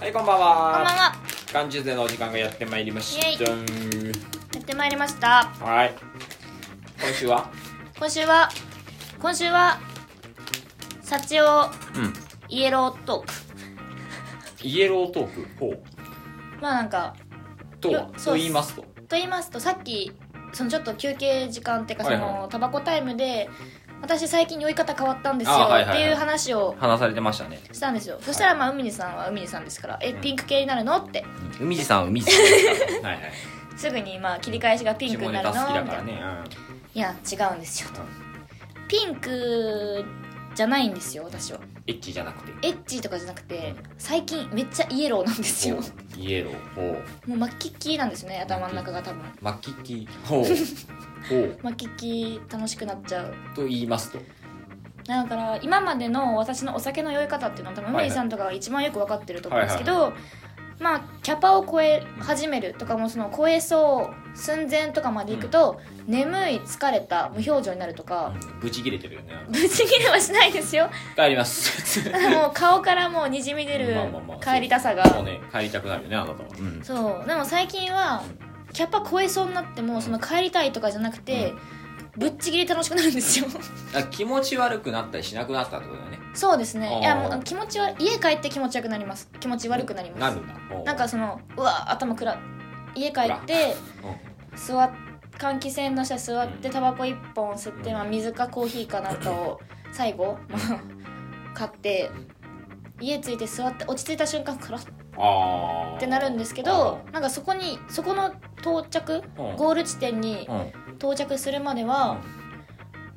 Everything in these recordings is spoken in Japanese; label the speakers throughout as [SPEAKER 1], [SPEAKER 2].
[SPEAKER 1] はいこんばん
[SPEAKER 2] こんばん
[SPEAKER 1] は
[SPEAKER 2] は。
[SPEAKER 1] 元日でのお時間がやってまいりました
[SPEAKER 2] やってまいりました。
[SPEAKER 1] はい今週は
[SPEAKER 2] 今週は、今週は、サチオ
[SPEAKER 1] うん
[SPEAKER 2] イエロートーク。
[SPEAKER 1] イエロートークほう
[SPEAKER 2] まあなんか、
[SPEAKER 1] とは
[SPEAKER 2] よそう
[SPEAKER 1] と言いますと
[SPEAKER 2] と言いますとさっき、そのちょっと休憩時間っていうか、
[SPEAKER 1] は
[SPEAKER 2] そ
[SPEAKER 1] いはい
[SPEAKER 2] の、タバコタイムで、私最近酔い方変わったんですよ
[SPEAKER 1] あはい
[SPEAKER 2] っ
[SPEAKER 1] はいはい
[SPEAKER 2] ていう話を
[SPEAKER 3] 話されてましたね
[SPEAKER 2] したんですよ。そしたらまあ、海にさんは海にさんですから、え、ピンク系になるのって、
[SPEAKER 3] 海地さんは海地さんですから
[SPEAKER 1] はいはい
[SPEAKER 2] すぐにまあ、切り返しがピンク
[SPEAKER 3] 下
[SPEAKER 2] に
[SPEAKER 3] ネ
[SPEAKER 2] なるの
[SPEAKER 3] タ好きだ
[SPEAKER 2] み
[SPEAKER 3] か
[SPEAKER 2] たい
[SPEAKER 3] ら
[SPEAKER 2] な。
[SPEAKER 3] ね、
[SPEAKER 2] いや、違うんですよ。とピンクじゃないんですよ、私は。
[SPEAKER 1] エッチじゃなくて
[SPEAKER 2] エッチとかじゃなくて最近めっちゃイエローなんですよ
[SPEAKER 1] ほうイエローほう
[SPEAKER 2] もうマッキッキーなんですよね頭の中が多分
[SPEAKER 1] マキキほうほう
[SPEAKER 2] マッキッキー楽しくなっちゃう
[SPEAKER 1] と言いますと
[SPEAKER 2] だから今までの私のお酒の酔い方っていうのは多分
[SPEAKER 1] はいは
[SPEAKER 2] 梅
[SPEAKER 1] い
[SPEAKER 2] 井さんとかが一番よく分かってると思うんですけど、まあキャパを超え始めるとかもうその超えそう寸前とかまでいくと、眠い疲れた無表情になるとか、
[SPEAKER 1] ブチ切れてるよね
[SPEAKER 2] ぶち切れはしないです よ
[SPEAKER 1] 帰ります
[SPEAKER 2] もう顔からもうにじみ出る
[SPEAKER 1] まあまあまあ
[SPEAKER 2] 帰りたさが
[SPEAKER 1] もうね帰りたくなるよねあなたは
[SPEAKER 3] うん、
[SPEAKER 2] そうでも最近はキャパ超えそうになってもその帰りたいとかじゃなくて、ぶっちぎり楽しくなるんですよ
[SPEAKER 1] あ気持ち悪くなったりしなくなったってことだよね
[SPEAKER 2] そうですねいや
[SPEAKER 1] あー
[SPEAKER 2] もう気持ちは家帰って気持ちよくなります気持ち悪くなります
[SPEAKER 1] なるんだほう
[SPEAKER 2] なんかそのうわ頭暗い家帰って座っ換気扇の下座ってタバコ一本吸って、
[SPEAKER 1] うん
[SPEAKER 2] まあ、水かコーヒーかなんかを最後、まあ、買って家着いて座って落ち着いた瞬間から
[SPEAKER 1] ああ
[SPEAKER 2] ってなるんですけどなんかそこにそこの到着
[SPEAKER 1] うん
[SPEAKER 2] ゴール地点に
[SPEAKER 1] うん
[SPEAKER 2] 到着するまでは、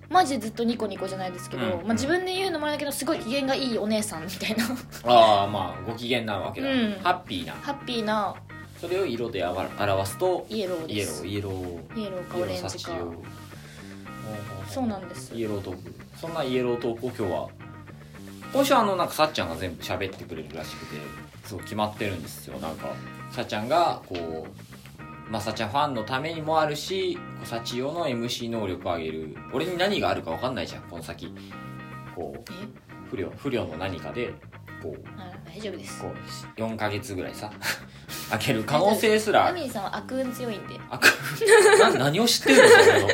[SPEAKER 2] マジでずっとニコニコじゃないですけど、
[SPEAKER 1] うん
[SPEAKER 2] まあ、自分で言うのもあれだけどすごい機嫌がいいお姉さんみたいな
[SPEAKER 1] ああまあご機嫌なわけだ、
[SPEAKER 2] うん
[SPEAKER 1] ハッピーな
[SPEAKER 2] ハッピーな
[SPEAKER 1] それを色であわ表すと
[SPEAKER 2] イエロー
[SPEAKER 1] イエ
[SPEAKER 2] で
[SPEAKER 1] ロ
[SPEAKER 2] す
[SPEAKER 1] ー
[SPEAKER 2] イ
[SPEAKER 1] イエロー
[SPEAKER 2] エローかオレンジ
[SPEAKER 1] イエ
[SPEAKER 2] か
[SPEAKER 1] ローサチオ
[SPEAKER 2] そうなんです
[SPEAKER 1] イエロートークそんなイエロートークを今日は今週はあのなんかさっちゃんが全部喋ってくれるらしくてそう決まってるんですよなんかさっちゃんがこうまあさっちゃんファンのためにもあるしこうさちよの MC 能力を上げる俺に何があるか分かんないじゃんこの先こう
[SPEAKER 2] え
[SPEAKER 1] 不良不良の何かでこう
[SPEAKER 2] あ大丈夫です
[SPEAKER 1] こう4ヶ月ぐらいさ 開ける可能性すら
[SPEAKER 2] ナミリさんは悪運強いんで
[SPEAKER 1] あくな何を知ってるのそれの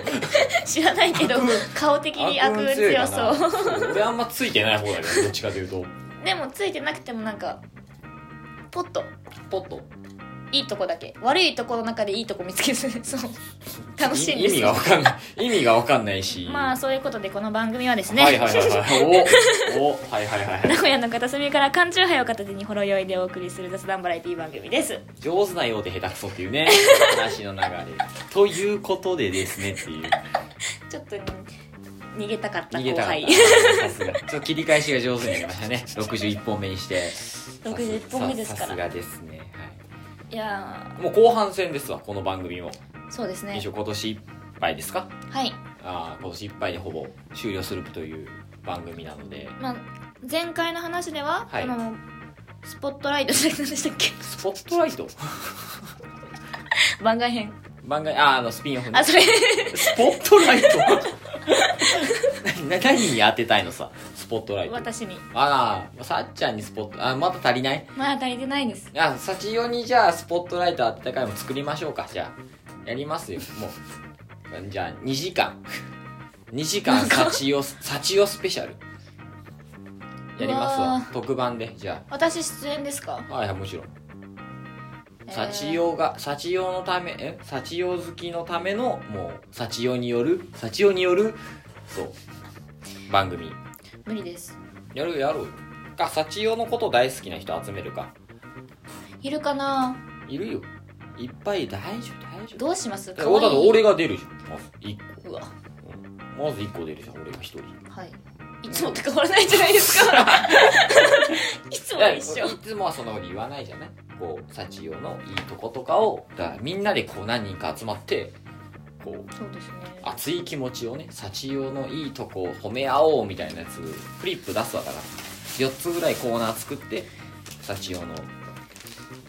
[SPEAKER 2] 知らないけど
[SPEAKER 1] 悪運
[SPEAKER 2] 顔的に 悪運強そう
[SPEAKER 1] う俺あんまついてない方だけどどっちかというと
[SPEAKER 2] でもついてなくてもなんかポッと
[SPEAKER 1] ポッと
[SPEAKER 2] いいとこだけ悪いとこの中でいいとこ見つけるそう楽しいん
[SPEAKER 1] 意
[SPEAKER 2] です
[SPEAKER 1] 味がわかんない意味がわかんないし
[SPEAKER 2] まあそういうことでこの番組はですね、
[SPEAKER 1] はいはいはいはいおおはいはいはいは
[SPEAKER 2] 名
[SPEAKER 1] い
[SPEAKER 2] 古屋の片隅から缶チューハイを片手にほろ酔いでお送りする雑談バラエティ番組です
[SPEAKER 1] 上手なようで下手くそっていうね話の流れということでですねっていう
[SPEAKER 2] ちょっとに逃げたかった
[SPEAKER 1] 逃
[SPEAKER 2] 後
[SPEAKER 1] げたかっ
[SPEAKER 2] 輩
[SPEAKER 1] たさすがちょっと切り返しが上手になりましたね61本目にして
[SPEAKER 2] 61本目ですか
[SPEAKER 1] さ
[SPEAKER 2] ら
[SPEAKER 1] すがですね、
[SPEAKER 2] いや
[SPEAKER 1] はい、もう後半戦ですわこの番組も
[SPEAKER 2] ーそうですね
[SPEAKER 1] 一応今年いっぱいですか
[SPEAKER 2] はい
[SPEAKER 1] あー今年いっぱいでほぼ終了するという番組なの で
[SPEAKER 2] まあ前回の話では、
[SPEAKER 1] はい
[SPEAKER 2] このスポットライトじゃなくて何でしたっけ
[SPEAKER 1] スポットライト
[SPEAKER 2] 番外編
[SPEAKER 1] 番外あーあのスピンオフね
[SPEAKER 2] あそれ
[SPEAKER 1] スポットライト 何何何に当てたいのさスポットライト
[SPEAKER 2] 私に
[SPEAKER 1] ああさっちゃんにスポットあまだ足りない
[SPEAKER 2] まだ足りてないです
[SPEAKER 1] あさちよにじゃあスポットライト当てた回も作りましょうかじゃあやりますよもうじゃあ2時間2時間さち よさちよスペシャルやりますわ
[SPEAKER 2] うわ
[SPEAKER 1] 特番でじゃ
[SPEAKER 2] 私出演ですか
[SPEAKER 1] あはいはいもちろん
[SPEAKER 2] えー
[SPEAKER 1] 幸代が幸代のためえ幸代好きのためのもう幸代による幸代によるそう番組
[SPEAKER 2] 無理です
[SPEAKER 1] やるやろうよか幸代のこと大好きな人集めるか
[SPEAKER 2] いるかない
[SPEAKER 1] るよいっぱい大丈夫大丈夫
[SPEAKER 2] どうします
[SPEAKER 1] え
[SPEAKER 2] かわい
[SPEAKER 1] だって
[SPEAKER 2] い
[SPEAKER 1] 俺が出るじゃんまず1
[SPEAKER 2] うわ
[SPEAKER 1] 個まず1個出るじゃん俺が1人
[SPEAKER 2] はいいつもと変わらないじゃないですか いつも
[SPEAKER 1] い
[SPEAKER 2] 一
[SPEAKER 1] や
[SPEAKER 2] 緒
[SPEAKER 1] いつもはそんなこと言わないじゃないこう幸代のいいとことかをだからみんなでこう何人か集まってこう
[SPEAKER 2] そうですね
[SPEAKER 1] 熱い気持ちをね幸代のいいとこを褒め合おうみたいなやつフリップ出すわだから4つぐらいコーナー作って幸代の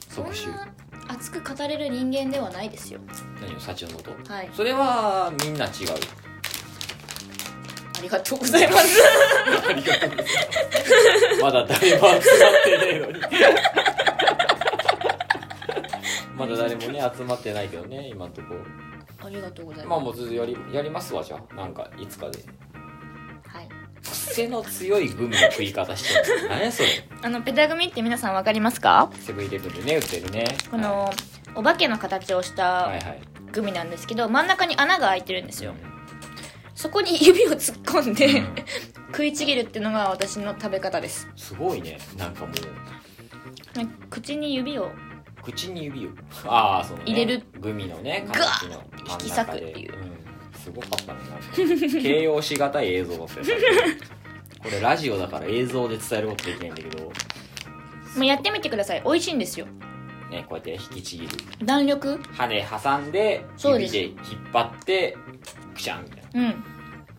[SPEAKER 2] そん
[SPEAKER 1] 特集
[SPEAKER 2] な熱く語れる人間ではないですよ
[SPEAKER 1] 何を幸代のこと
[SPEAKER 2] はい
[SPEAKER 1] それはみんな違う
[SPEAKER 2] ありがとうござ います
[SPEAKER 1] まだだいぶ集まってねえのにまだ誰もね集まってないけどね今のとこ
[SPEAKER 2] ありがとうござい
[SPEAKER 1] ろ
[SPEAKER 2] ます
[SPEAKER 1] まあもうずっとやりやりますわじゃあなんかいつかで
[SPEAKER 2] はい、
[SPEAKER 1] 癖の強いグミの食い方してる何やそれ
[SPEAKER 2] あのペタグミって皆さんわかりますか
[SPEAKER 1] セブンイレブンでね売ってるね
[SPEAKER 2] この、お化けの形をし
[SPEAKER 1] はいはい
[SPEAKER 2] た
[SPEAKER 1] はい
[SPEAKER 2] グミなんですけど真ん中に穴が開いてるんですよそこに指を突っ込んで、食いちぎるっていうのが私の食べ方です
[SPEAKER 1] すごいねなんかもう
[SPEAKER 2] なんか口に指を
[SPEAKER 1] 口に指をああその、ね、
[SPEAKER 2] 入れる
[SPEAKER 1] グミのね
[SPEAKER 2] ガ
[SPEAKER 1] 形の
[SPEAKER 2] 引き裂くっていう
[SPEAKER 1] 真ん中でんすごかったねなんか形容しがたい映像だったよ これラジオだから映像で伝えることできないんだけど
[SPEAKER 2] もうやってみてください美味しいんですよ
[SPEAKER 1] ねこうやって引きちぎる
[SPEAKER 2] 弾力
[SPEAKER 1] 羽挟んで
[SPEAKER 2] そうで
[SPEAKER 1] 指
[SPEAKER 2] す
[SPEAKER 1] で引っ張ってくしゃんみたいな
[SPEAKER 2] うん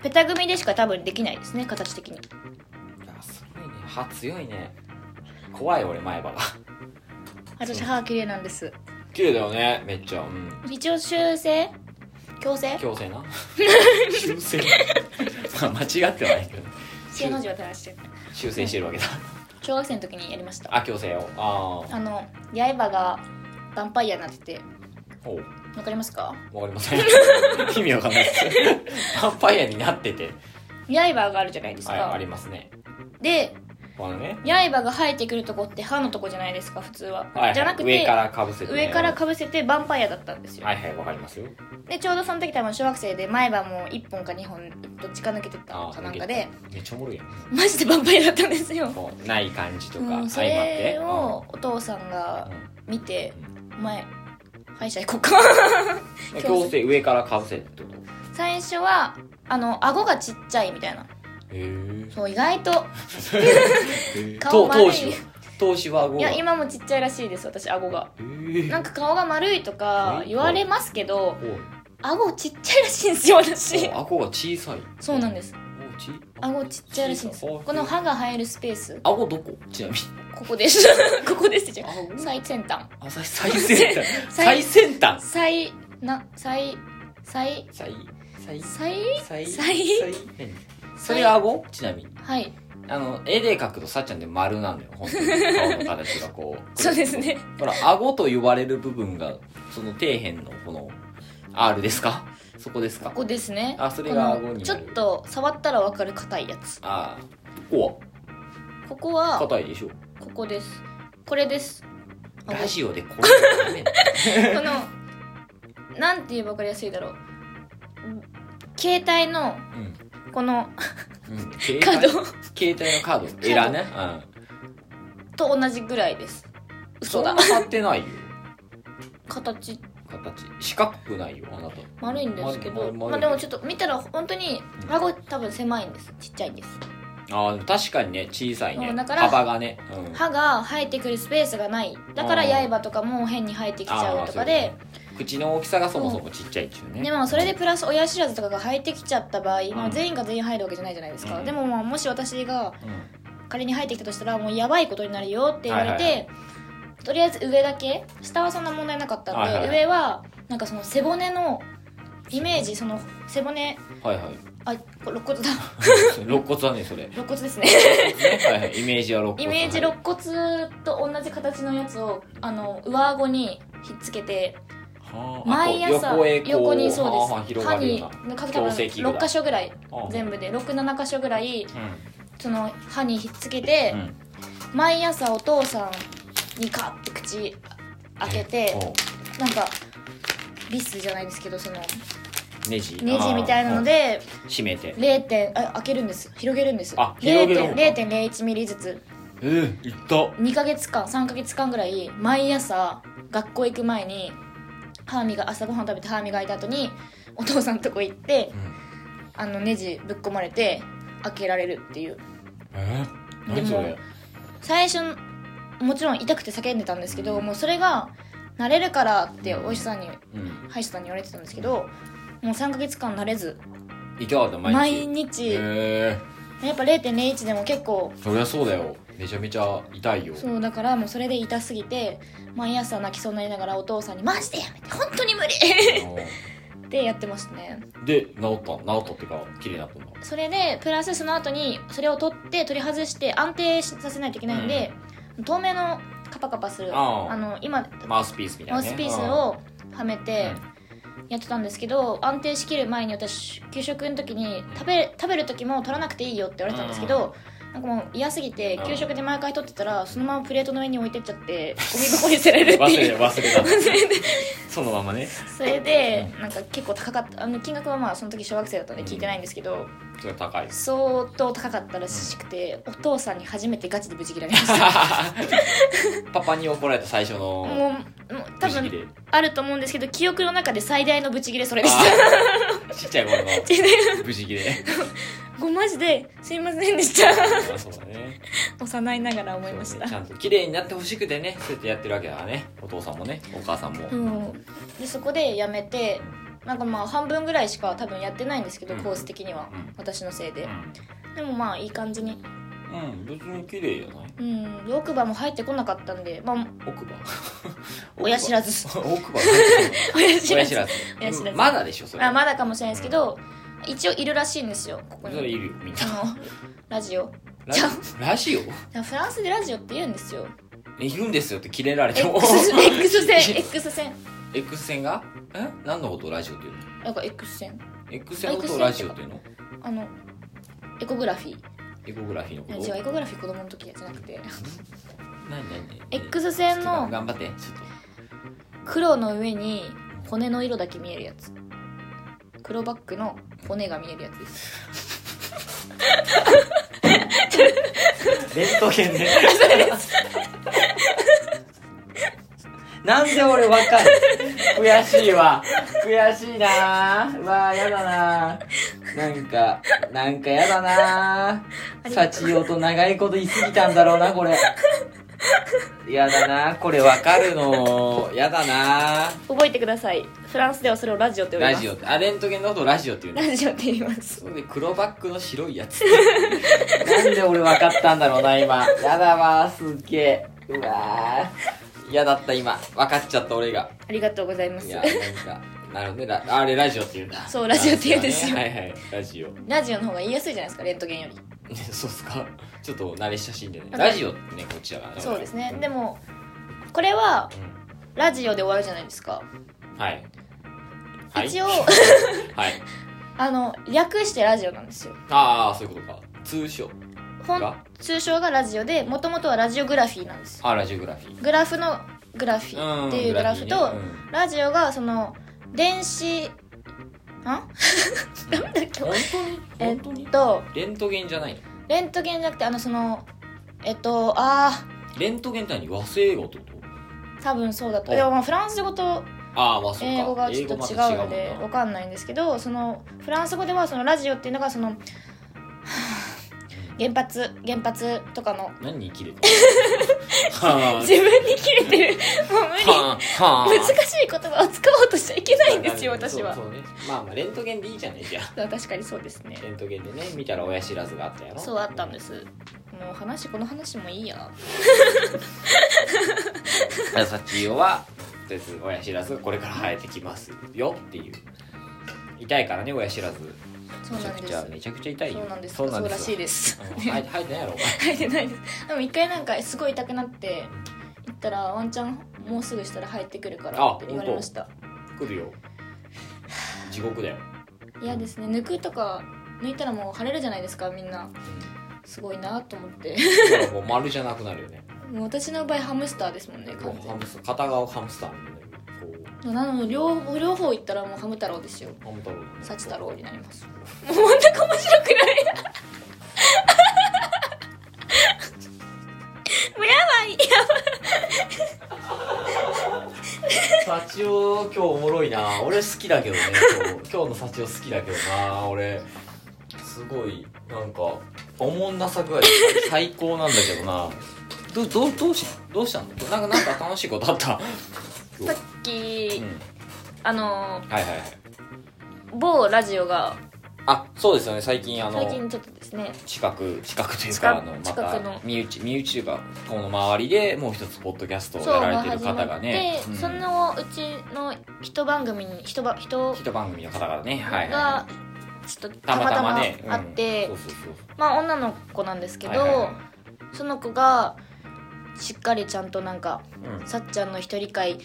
[SPEAKER 2] ペタグミでしか多分できないですね形的に
[SPEAKER 1] いやすごいね歯強いね怖い俺前歯が
[SPEAKER 2] 私歯綺麗なんです
[SPEAKER 1] 綺麗だよねめっちゃうん
[SPEAKER 2] 一応修正矯正
[SPEAKER 1] 強制 な 修正 まあ間違ってはないけど
[SPEAKER 2] 正の字は垂らして
[SPEAKER 1] 修正してるわけだ
[SPEAKER 2] 小学生の時にやりました
[SPEAKER 1] あ強制をああ
[SPEAKER 2] あの刃がヴァンパイアになってて
[SPEAKER 1] おう
[SPEAKER 2] わかりますか
[SPEAKER 1] わかりません 意味わかんない ですヴァンパイアになってて
[SPEAKER 2] 刃があるじゃないですか、
[SPEAKER 1] はいありますね
[SPEAKER 2] で
[SPEAKER 1] このね
[SPEAKER 2] 刃が生えてくるとこって歯のとこじゃないですか普通は、
[SPEAKER 1] はいはい
[SPEAKER 2] じゃなくて
[SPEAKER 1] 上からかぶせて、ね、
[SPEAKER 2] 上からかぶせてヴァンパイアだったんですよ、
[SPEAKER 1] はいはいわかりますよ
[SPEAKER 2] でちょうどその時多分小学生で前歯も1本か2本どっちか抜けてたのかなんかで
[SPEAKER 1] めっちゃおもろいやん
[SPEAKER 2] マジでヴァンパイアだったんですよ、
[SPEAKER 1] こうない感じとか
[SPEAKER 2] うん、そ
[SPEAKER 1] 相まって
[SPEAKER 2] れをお父さんが見て
[SPEAKER 1] うん
[SPEAKER 2] 「お前歯医者行こうか」
[SPEAKER 1] うん強制上からかぶせるってこと
[SPEAKER 2] 最初はあの顎がちっちゃいみたいな
[SPEAKER 1] へ
[SPEAKER 2] そう意外と
[SPEAKER 1] え
[SPEAKER 2] 顔丸い
[SPEAKER 1] 当時は当時は顎
[SPEAKER 2] い
[SPEAKER 1] が
[SPEAKER 2] や今もちっちゃいらしいです私顎が
[SPEAKER 1] えー
[SPEAKER 2] なんか顔が丸いとか言われますけど
[SPEAKER 1] おい
[SPEAKER 2] 顎ちっちゃいらしいんですよ私
[SPEAKER 1] お顎が小さい
[SPEAKER 2] そうなんです
[SPEAKER 1] おち
[SPEAKER 2] 顎ちっちゃいらしいんです
[SPEAKER 1] 小さい
[SPEAKER 2] この歯が入るスペース
[SPEAKER 1] 顎どこちなみに
[SPEAKER 2] こ こですここですじゃん
[SPEAKER 1] 顎
[SPEAKER 2] 最先端
[SPEAKER 1] あ最最先端最
[SPEAKER 2] 最
[SPEAKER 1] 先端
[SPEAKER 2] 最な最 最
[SPEAKER 1] 最最
[SPEAKER 2] 最
[SPEAKER 1] 最
[SPEAKER 2] 最
[SPEAKER 1] 何それ顎ちなみに
[SPEAKER 2] はい
[SPEAKER 1] あの絵で描くとさっちゃんで丸なんだよ本当に顔の形がこう
[SPEAKER 2] そうですね
[SPEAKER 1] ほら顎と呼ばれる部分がその底辺のこの R ですかそこですか
[SPEAKER 2] ここですね
[SPEAKER 1] あそれが
[SPEAKER 2] この
[SPEAKER 1] 顎になる
[SPEAKER 2] ちょっと触ったらわかる硬いやつ
[SPEAKER 1] ああこ
[SPEAKER 2] ここ
[SPEAKER 1] こは
[SPEAKER 2] はこ
[SPEAKER 1] 硬いでしょ
[SPEAKER 2] こですこれです顎
[SPEAKER 1] ラジオでこれはダメ だ
[SPEAKER 2] このなんて言えば分かりやすいだろう携帯の
[SPEAKER 1] うん
[SPEAKER 2] この
[SPEAKER 1] うん携
[SPEAKER 2] カー
[SPEAKER 1] 帯
[SPEAKER 2] ド
[SPEAKER 1] 携帯のカードエラねうん
[SPEAKER 2] と同じぐらいです嘘だ
[SPEAKER 1] そんな買ってないよ
[SPEAKER 2] 形
[SPEAKER 1] 形四角くないよあなた
[SPEAKER 2] 丸いんですけど
[SPEAKER 1] 丸丸丸
[SPEAKER 2] まあでもちょっと見たら本当に
[SPEAKER 1] うん
[SPEAKER 2] 顎多分狭いんですちっちゃいんです
[SPEAKER 1] あーでも確かにね小さいね
[SPEAKER 2] そうだから
[SPEAKER 1] 幅がね、うん、
[SPEAKER 2] 歯が生えてくるスペースがないだから
[SPEAKER 1] あー
[SPEAKER 2] 刃とかも変に生えてきち
[SPEAKER 1] あ
[SPEAKER 2] ゃ
[SPEAKER 1] ー
[SPEAKER 2] うとかで
[SPEAKER 1] そういうことね口の大きさがそもそもちっちゃいっちゅうね
[SPEAKER 2] でもそれでプラス親知らずとかが生えてきちゃった場合、まあ、全員が全員入るわけじゃないじゃないですか、
[SPEAKER 1] うん
[SPEAKER 2] でもまあもし私が
[SPEAKER 1] うん
[SPEAKER 2] 仮に入ってきたとしたらもうやばいことになるよって言われて、
[SPEAKER 1] はいは
[SPEAKER 2] とりあえず上だけ下はそんな問題なかったんで、
[SPEAKER 1] はいはいはい
[SPEAKER 2] 上はなんかその背骨のイメージその背骨
[SPEAKER 1] はいはい
[SPEAKER 2] あこ肋骨だ
[SPEAKER 1] 肋骨はねそれ、ね
[SPEAKER 2] 肋骨ですね
[SPEAKER 1] はいはい、イメージは肋骨
[SPEAKER 2] イメージ肋骨と同じ形のやつをあの上顎にひっつけて
[SPEAKER 1] はあ
[SPEAKER 2] 毎朝
[SPEAKER 1] あと横へこう
[SPEAKER 2] 横にそう
[SPEAKER 1] はあはあ
[SPEAKER 2] です
[SPEAKER 1] 広
[SPEAKER 2] 歯
[SPEAKER 1] がるよ
[SPEAKER 2] に
[SPEAKER 1] うな
[SPEAKER 2] かけた
[SPEAKER 1] 矯正器具だ
[SPEAKER 2] 6箇所ぐらい
[SPEAKER 1] ああ
[SPEAKER 2] 全部で67箇所ぐらい
[SPEAKER 1] うん
[SPEAKER 2] その歯にひっつけて、
[SPEAKER 1] うん
[SPEAKER 2] 毎朝お父さんにカッて口開けて
[SPEAKER 1] おう
[SPEAKER 2] なんかリスじゃないですけどその
[SPEAKER 1] ネジ
[SPEAKER 2] ネジみたいなの
[SPEAKER 1] あ
[SPEAKER 2] で
[SPEAKER 1] ーうん締めて
[SPEAKER 2] 0点あ開けるんです広げるんです
[SPEAKER 1] あ広げるのか
[SPEAKER 2] 0.01ミリずつ
[SPEAKER 1] えー、いった
[SPEAKER 2] 2ヶ月間3ヶ月間ぐらい毎朝学校行く前に歯磨朝ごはん食べて歯磨いた後にお父さんのとこ行って
[SPEAKER 1] うん
[SPEAKER 2] あのネジぶっ込まれて開けられるっていう
[SPEAKER 1] えー、何
[SPEAKER 2] でも
[SPEAKER 1] それ
[SPEAKER 2] 最初もちろん痛くて叫んでたんですけどもうそれが慣れるからってお医者さんに
[SPEAKER 1] うん
[SPEAKER 2] 歯医者さんに言われてたんですけどもう3ヶ月間慣れず
[SPEAKER 1] いかがだった毎日
[SPEAKER 2] 毎日や
[SPEAKER 1] え
[SPEAKER 2] っぱ0.01でも結構
[SPEAKER 1] ー、そりゃそうだよめちゃめちゃ痛いよ
[SPEAKER 2] そうだからもうそれで痛すぎて毎朝泣きそうになりながらお父さんに「マジでやめて本当に無理! 」ってやってましたね
[SPEAKER 1] で治った治ったっていうか綺麗になったんだ
[SPEAKER 2] それでプラスその後にそれを取って取り外して安定させないといけないんで、透明のカパカパする
[SPEAKER 1] あー
[SPEAKER 2] あの今
[SPEAKER 1] マウスピースみたいな、
[SPEAKER 2] マウ
[SPEAKER 1] ね、
[SPEAKER 2] スピースをはめて
[SPEAKER 1] うん
[SPEAKER 2] やってたんですけど安定しきる前に私給食の時に食べ食べる時も取らなくていいよって言われてたんですけど、なんかもう嫌すぎて
[SPEAKER 1] うん
[SPEAKER 2] 給食で毎回取ってたらそのままプレートの上に置いてっちゃってゴミ箱に捨て られるって
[SPEAKER 1] 忘れ
[SPEAKER 2] い
[SPEAKER 1] て
[SPEAKER 2] う
[SPEAKER 1] 忘れた忘れそのままね
[SPEAKER 2] それでなんか結構高かったあの金額はまあその時小学生だったんで聞いてないんですけど、
[SPEAKER 1] ちょっと高い です
[SPEAKER 2] 相当高かったらしくて、お父さんに初めてガチでブチ切られました
[SPEAKER 1] パパに怒られた最初の
[SPEAKER 2] もうもう多
[SPEAKER 1] 無事
[SPEAKER 2] 分
[SPEAKER 1] で
[SPEAKER 2] あると思うんですけど記憶の中で最大のブチ切れそれでし
[SPEAKER 1] あーちっちゃい頃の無事切れ
[SPEAKER 2] た ごマジですいませんでした
[SPEAKER 1] あそうだね
[SPEAKER 2] 幼いながら思いました
[SPEAKER 1] ちゃんと綺麗になってほしくてねそうやってやってるわけだからねお父さんもねお母さんも、
[SPEAKER 2] うん、でそこでやめてなんかまあ半分ぐらいしか多分やってないんですけど、
[SPEAKER 1] うん
[SPEAKER 2] コース的には、
[SPEAKER 1] うん
[SPEAKER 2] 私のせいで、
[SPEAKER 1] う
[SPEAKER 2] でもまあいい感じに
[SPEAKER 1] ん、うん、別に綺麗じゃない
[SPEAKER 2] うんで奥歯も入ってこなかったんでまあ
[SPEAKER 1] 奥歯
[SPEAKER 2] 親知らず
[SPEAKER 1] 奥歯
[SPEAKER 2] 親
[SPEAKER 1] 親知らず
[SPEAKER 2] 親 知らず
[SPEAKER 1] うんまだでしょそれ
[SPEAKER 2] あまだかもしれないですけど、一応いるらしいんですよここ
[SPEAKER 1] それい
[SPEAKER 2] に
[SPEAKER 1] るよみんな
[SPEAKER 2] あのラジオ
[SPEAKER 1] ラジラジオ
[SPEAKER 2] フランスでラジオって言うんで すよ
[SPEAKER 1] え言うんですよってキレられて
[SPEAKER 2] X,
[SPEAKER 1] も
[SPEAKER 2] X 線 X 線
[SPEAKER 1] X 線がえ何のことをラジオっていうの
[SPEAKER 2] なんか X 線
[SPEAKER 1] X 線のことをラジオっていうの
[SPEAKER 2] あのエコグラフィー
[SPEAKER 1] エコグラフィーのこ
[SPEAKER 2] いや
[SPEAKER 1] と
[SPEAKER 2] 違うエコグラフィー子供の時じゃなくて
[SPEAKER 1] 何何何
[SPEAKER 2] X 線
[SPEAKER 1] ちょっと
[SPEAKER 2] の
[SPEAKER 1] 頑張ってちょっ
[SPEAKER 2] 黒の上に骨の色だけ見えるやつ黒バッグの骨が見えるやつです
[SPEAKER 1] とレントゲンで なんで俺わかる悔しいわ悔しいなーうわーやだなーなんかなんかやだなー幸代と長いこと言い過ぎたんだろうなこれやだなーこれわかるのやだなー
[SPEAKER 2] 覚えてくださいフランスではそれをラジオって呼び
[SPEAKER 1] ラ
[SPEAKER 2] ます
[SPEAKER 1] ジオってあレントゲンのことをラジオっていうの
[SPEAKER 2] ラジオって言います
[SPEAKER 1] そうで黒バッグの白いやつなんで俺分かったんだろうな今やだわーすっげえうわー嫌だった今分かっちゃった俺が
[SPEAKER 2] ありがとうございます
[SPEAKER 1] いやなんかなるほどねラあれラジオって言うんだ
[SPEAKER 2] そうラジオって言うんですよ
[SPEAKER 1] はいはいラジオ
[SPEAKER 2] ラジオの方が言いやすいじゃないですかレントゲンより
[SPEAKER 1] ねそうっすかちょっと慣れ親しんでね
[SPEAKER 2] あ
[SPEAKER 1] ラジオってねこっちだからね
[SPEAKER 2] そうですねでもこれはラジオで終わるじゃないですか、
[SPEAKER 1] はい はい
[SPEAKER 2] 一応
[SPEAKER 1] はい
[SPEAKER 2] あの略してラジオなんですよ
[SPEAKER 1] ああそういうことか通称
[SPEAKER 2] ほん
[SPEAKER 1] が
[SPEAKER 2] 通称がラジオでもともとはラジオグラフィーなんですよ
[SPEAKER 1] あラジオグラフィー
[SPEAKER 2] グラフのグラフィーっていうグラフと、
[SPEAKER 1] ねうん
[SPEAKER 2] ラジオがその電子んなんだっけ
[SPEAKER 1] 本当に
[SPEAKER 2] え
[SPEAKER 1] 本当に
[SPEAKER 2] っと
[SPEAKER 1] レントゲンじゃないの
[SPEAKER 2] レントゲンじゃなくてあのそのえっとあ
[SPEAKER 1] レントゲンって何和製英語ってこと
[SPEAKER 2] ー多分そうだと
[SPEAKER 1] お
[SPEAKER 2] いやまあフランス語と
[SPEAKER 1] ああまあそうか
[SPEAKER 2] 英語がちょっと違うの
[SPEAKER 1] 英
[SPEAKER 2] で
[SPEAKER 1] 語
[SPEAKER 2] わ
[SPEAKER 1] ま
[SPEAKER 2] かんないんですけどそのフランス語ではそのラジオっていうのがそのはぁ原発原発とかの
[SPEAKER 1] た何に切れたは
[SPEAKER 2] 自分に切れて るもう無理
[SPEAKER 1] あはあ
[SPEAKER 2] 難しい言葉を使おうとしちゃいけないんですよ私は
[SPEAKER 1] そうそうねまあまあレントゲンでいいじゃないじゃあ
[SPEAKER 2] そう確かにそうですね
[SPEAKER 1] レントゲンでね見たら親知らずがあったやろ
[SPEAKER 2] そうあったんですもう話この話もいいや
[SPEAKER 1] さちよはとりあえず親知らずがこれから生えてきますよっていう痛いからね親知らず
[SPEAKER 2] そう
[SPEAKER 1] めち
[SPEAKER 2] な
[SPEAKER 1] ゃ
[SPEAKER 2] ん
[SPEAKER 1] く
[SPEAKER 2] で
[SPEAKER 1] ちゃ
[SPEAKER 2] す
[SPEAKER 1] めちゃくちゃ痛いよ
[SPEAKER 2] そうなんです
[SPEAKER 1] そう
[SPEAKER 2] そう
[SPEAKER 1] なんで
[SPEAKER 2] ら
[SPEAKER 1] す
[SPEAKER 2] しい
[SPEAKER 1] よ
[SPEAKER 2] です
[SPEAKER 1] うん生えて生えてないやろお前
[SPEAKER 2] 書いてないですでも一回なんかすごい痛くなって行ったらワンちゃんもうすぐしたら入ってくるから
[SPEAKER 1] あ
[SPEAKER 2] って言われました
[SPEAKER 1] 来るよ地獄だよ、
[SPEAKER 2] 嫌ですね抜くとか抜いたらもう腫れるじゃないですかみんなすごいなと思っ
[SPEAKER 1] う
[SPEAKER 2] て
[SPEAKER 1] ん、だからもう丸じゃなくなるよね
[SPEAKER 2] もう私の場合ハムスターですもんね
[SPEAKER 1] も
[SPEAKER 2] 完
[SPEAKER 1] うハムスター片側ハムスターみたいなこう
[SPEAKER 2] 全になので両方両方行ったらもうハム太郎ですよ
[SPEAKER 1] ハム太郎だね
[SPEAKER 2] 幸太郎になりますもうほんと面白くない もうやばいや
[SPEAKER 1] 幸男今日おもろいな俺好きだけどね今日今日の幸男好きだけどな俺すごいなんかおもんなさ具合最高なんだけどなどどどうしどうしたのなんかなんか楽しいことあった
[SPEAKER 2] ばいさっき、
[SPEAKER 1] うん
[SPEAKER 2] あの
[SPEAKER 1] はいはいはい
[SPEAKER 2] 某ラジオが
[SPEAKER 1] あそうですよね最近あ
[SPEAKER 2] 最
[SPEAKER 1] の
[SPEAKER 2] 近ちょっとですね
[SPEAKER 1] 近く近くという
[SPEAKER 2] 近
[SPEAKER 1] かあのま
[SPEAKER 2] 近くの
[SPEAKER 1] た身内身内というかこの周りでもう一つポッドキャストをやられてる方がね
[SPEAKER 2] そうが始まって、そのうちの一番組に一ば人
[SPEAKER 1] 一番組の方がねはいはいは
[SPEAKER 2] がちょっと
[SPEAKER 1] いた
[SPEAKER 2] た
[SPEAKER 1] ま
[SPEAKER 2] ま
[SPEAKER 1] た
[SPEAKER 2] た
[SPEAKER 1] ま
[SPEAKER 2] ま
[SPEAKER 1] ね
[SPEAKER 2] あって
[SPEAKER 1] うんそうそうそう
[SPEAKER 2] まあ女の子なんですけど、
[SPEAKER 1] はいはいはい
[SPEAKER 2] その子がしっかりちゃんとなんか
[SPEAKER 1] うんうん
[SPEAKER 2] さっちゃんの一人会
[SPEAKER 1] うん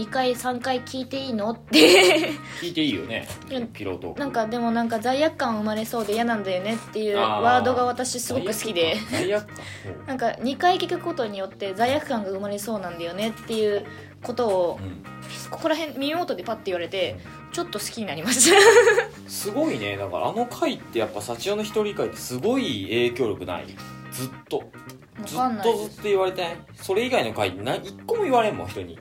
[SPEAKER 2] 2回3回聞いていいのって
[SPEAKER 1] 聞いていいよね
[SPEAKER 2] うん
[SPEAKER 1] ピロートーク
[SPEAKER 2] なんかでもなんか罪悪感生まれそうで嫌なんだよねっていう
[SPEAKER 1] あー
[SPEAKER 2] ワードが私すごく好きで
[SPEAKER 1] 罪悪感罪悪感
[SPEAKER 2] なんか2回聞くことによって罪悪感が生まれそうなんだよねっていうことを
[SPEAKER 1] うん
[SPEAKER 2] ここら辺耳元でパッて言われてちょっと好きになりま した
[SPEAKER 1] すごいねだからあの回ってやっぱ幸代の一人会ってすごい影響力ないずっとず
[SPEAKER 2] 分かん
[SPEAKER 1] っ
[SPEAKER 2] な
[SPEAKER 1] と
[SPEAKER 2] いで
[SPEAKER 1] ずっ
[SPEAKER 2] す
[SPEAKER 1] と言われてないそれ以外の回な一個も言われんもん人に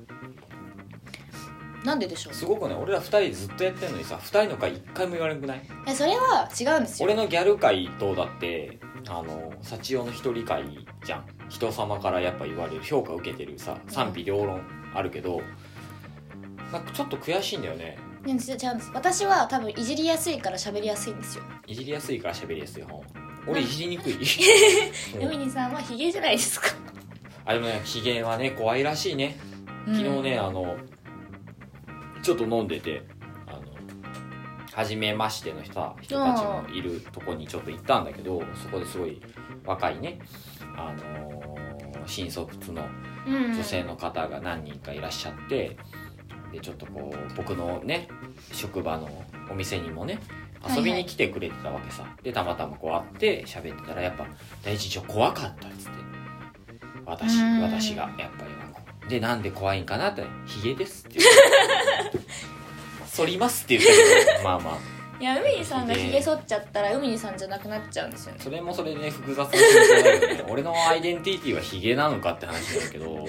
[SPEAKER 2] なんででしょう
[SPEAKER 1] すごくね俺ら二人でずっとやってんのにさ二人の回一回も言われんくない
[SPEAKER 2] えそれは違うんですよ
[SPEAKER 1] 俺のギャル会とだってあの幸代の一人会じゃん人様からやっぱ言われる評価受けてるさ賛否両論あるけどなんかちょっと悔しいんだよね
[SPEAKER 2] ね違うんです私は多分いじりやすいから喋りやすいんですよ
[SPEAKER 1] いじりやすいから喋りやすい本俺いじりにくいうん
[SPEAKER 2] 海にさんはヒゲじゃないですか
[SPEAKER 1] あでもね機嫌はね怖いらしいね昨日ね、あのちょっと飲んでてあの初めましての人た人たちのいるとこにちょっと行ったんだけどそこですごい若いねあのー新卒の
[SPEAKER 2] うん
[SPEAKER 1] 女性の方が何人かいらっしゃってでちょっとこう僕のね職場のお店にもね遊びに来てくれてたわけさ、でたまたまこう会って喋ってたらやっぱ第一印象怖かったっつって私
[SPEAKER 2] うん
[SPEAKER 1] 私がやっぱりあのでなんで怖いんかなって「ヒゲです」 って言って「剃ります」って言ったけどまあまあ
[SPEAKER 2] いや海にさんがヒゲ剃っちゃったら海にさんじゃなくなっちゃうんですよね
[SPEAKER 1] それもそれでね複雑な心境だよね俺のアイデンティティはヒゲなのかって話なんだけど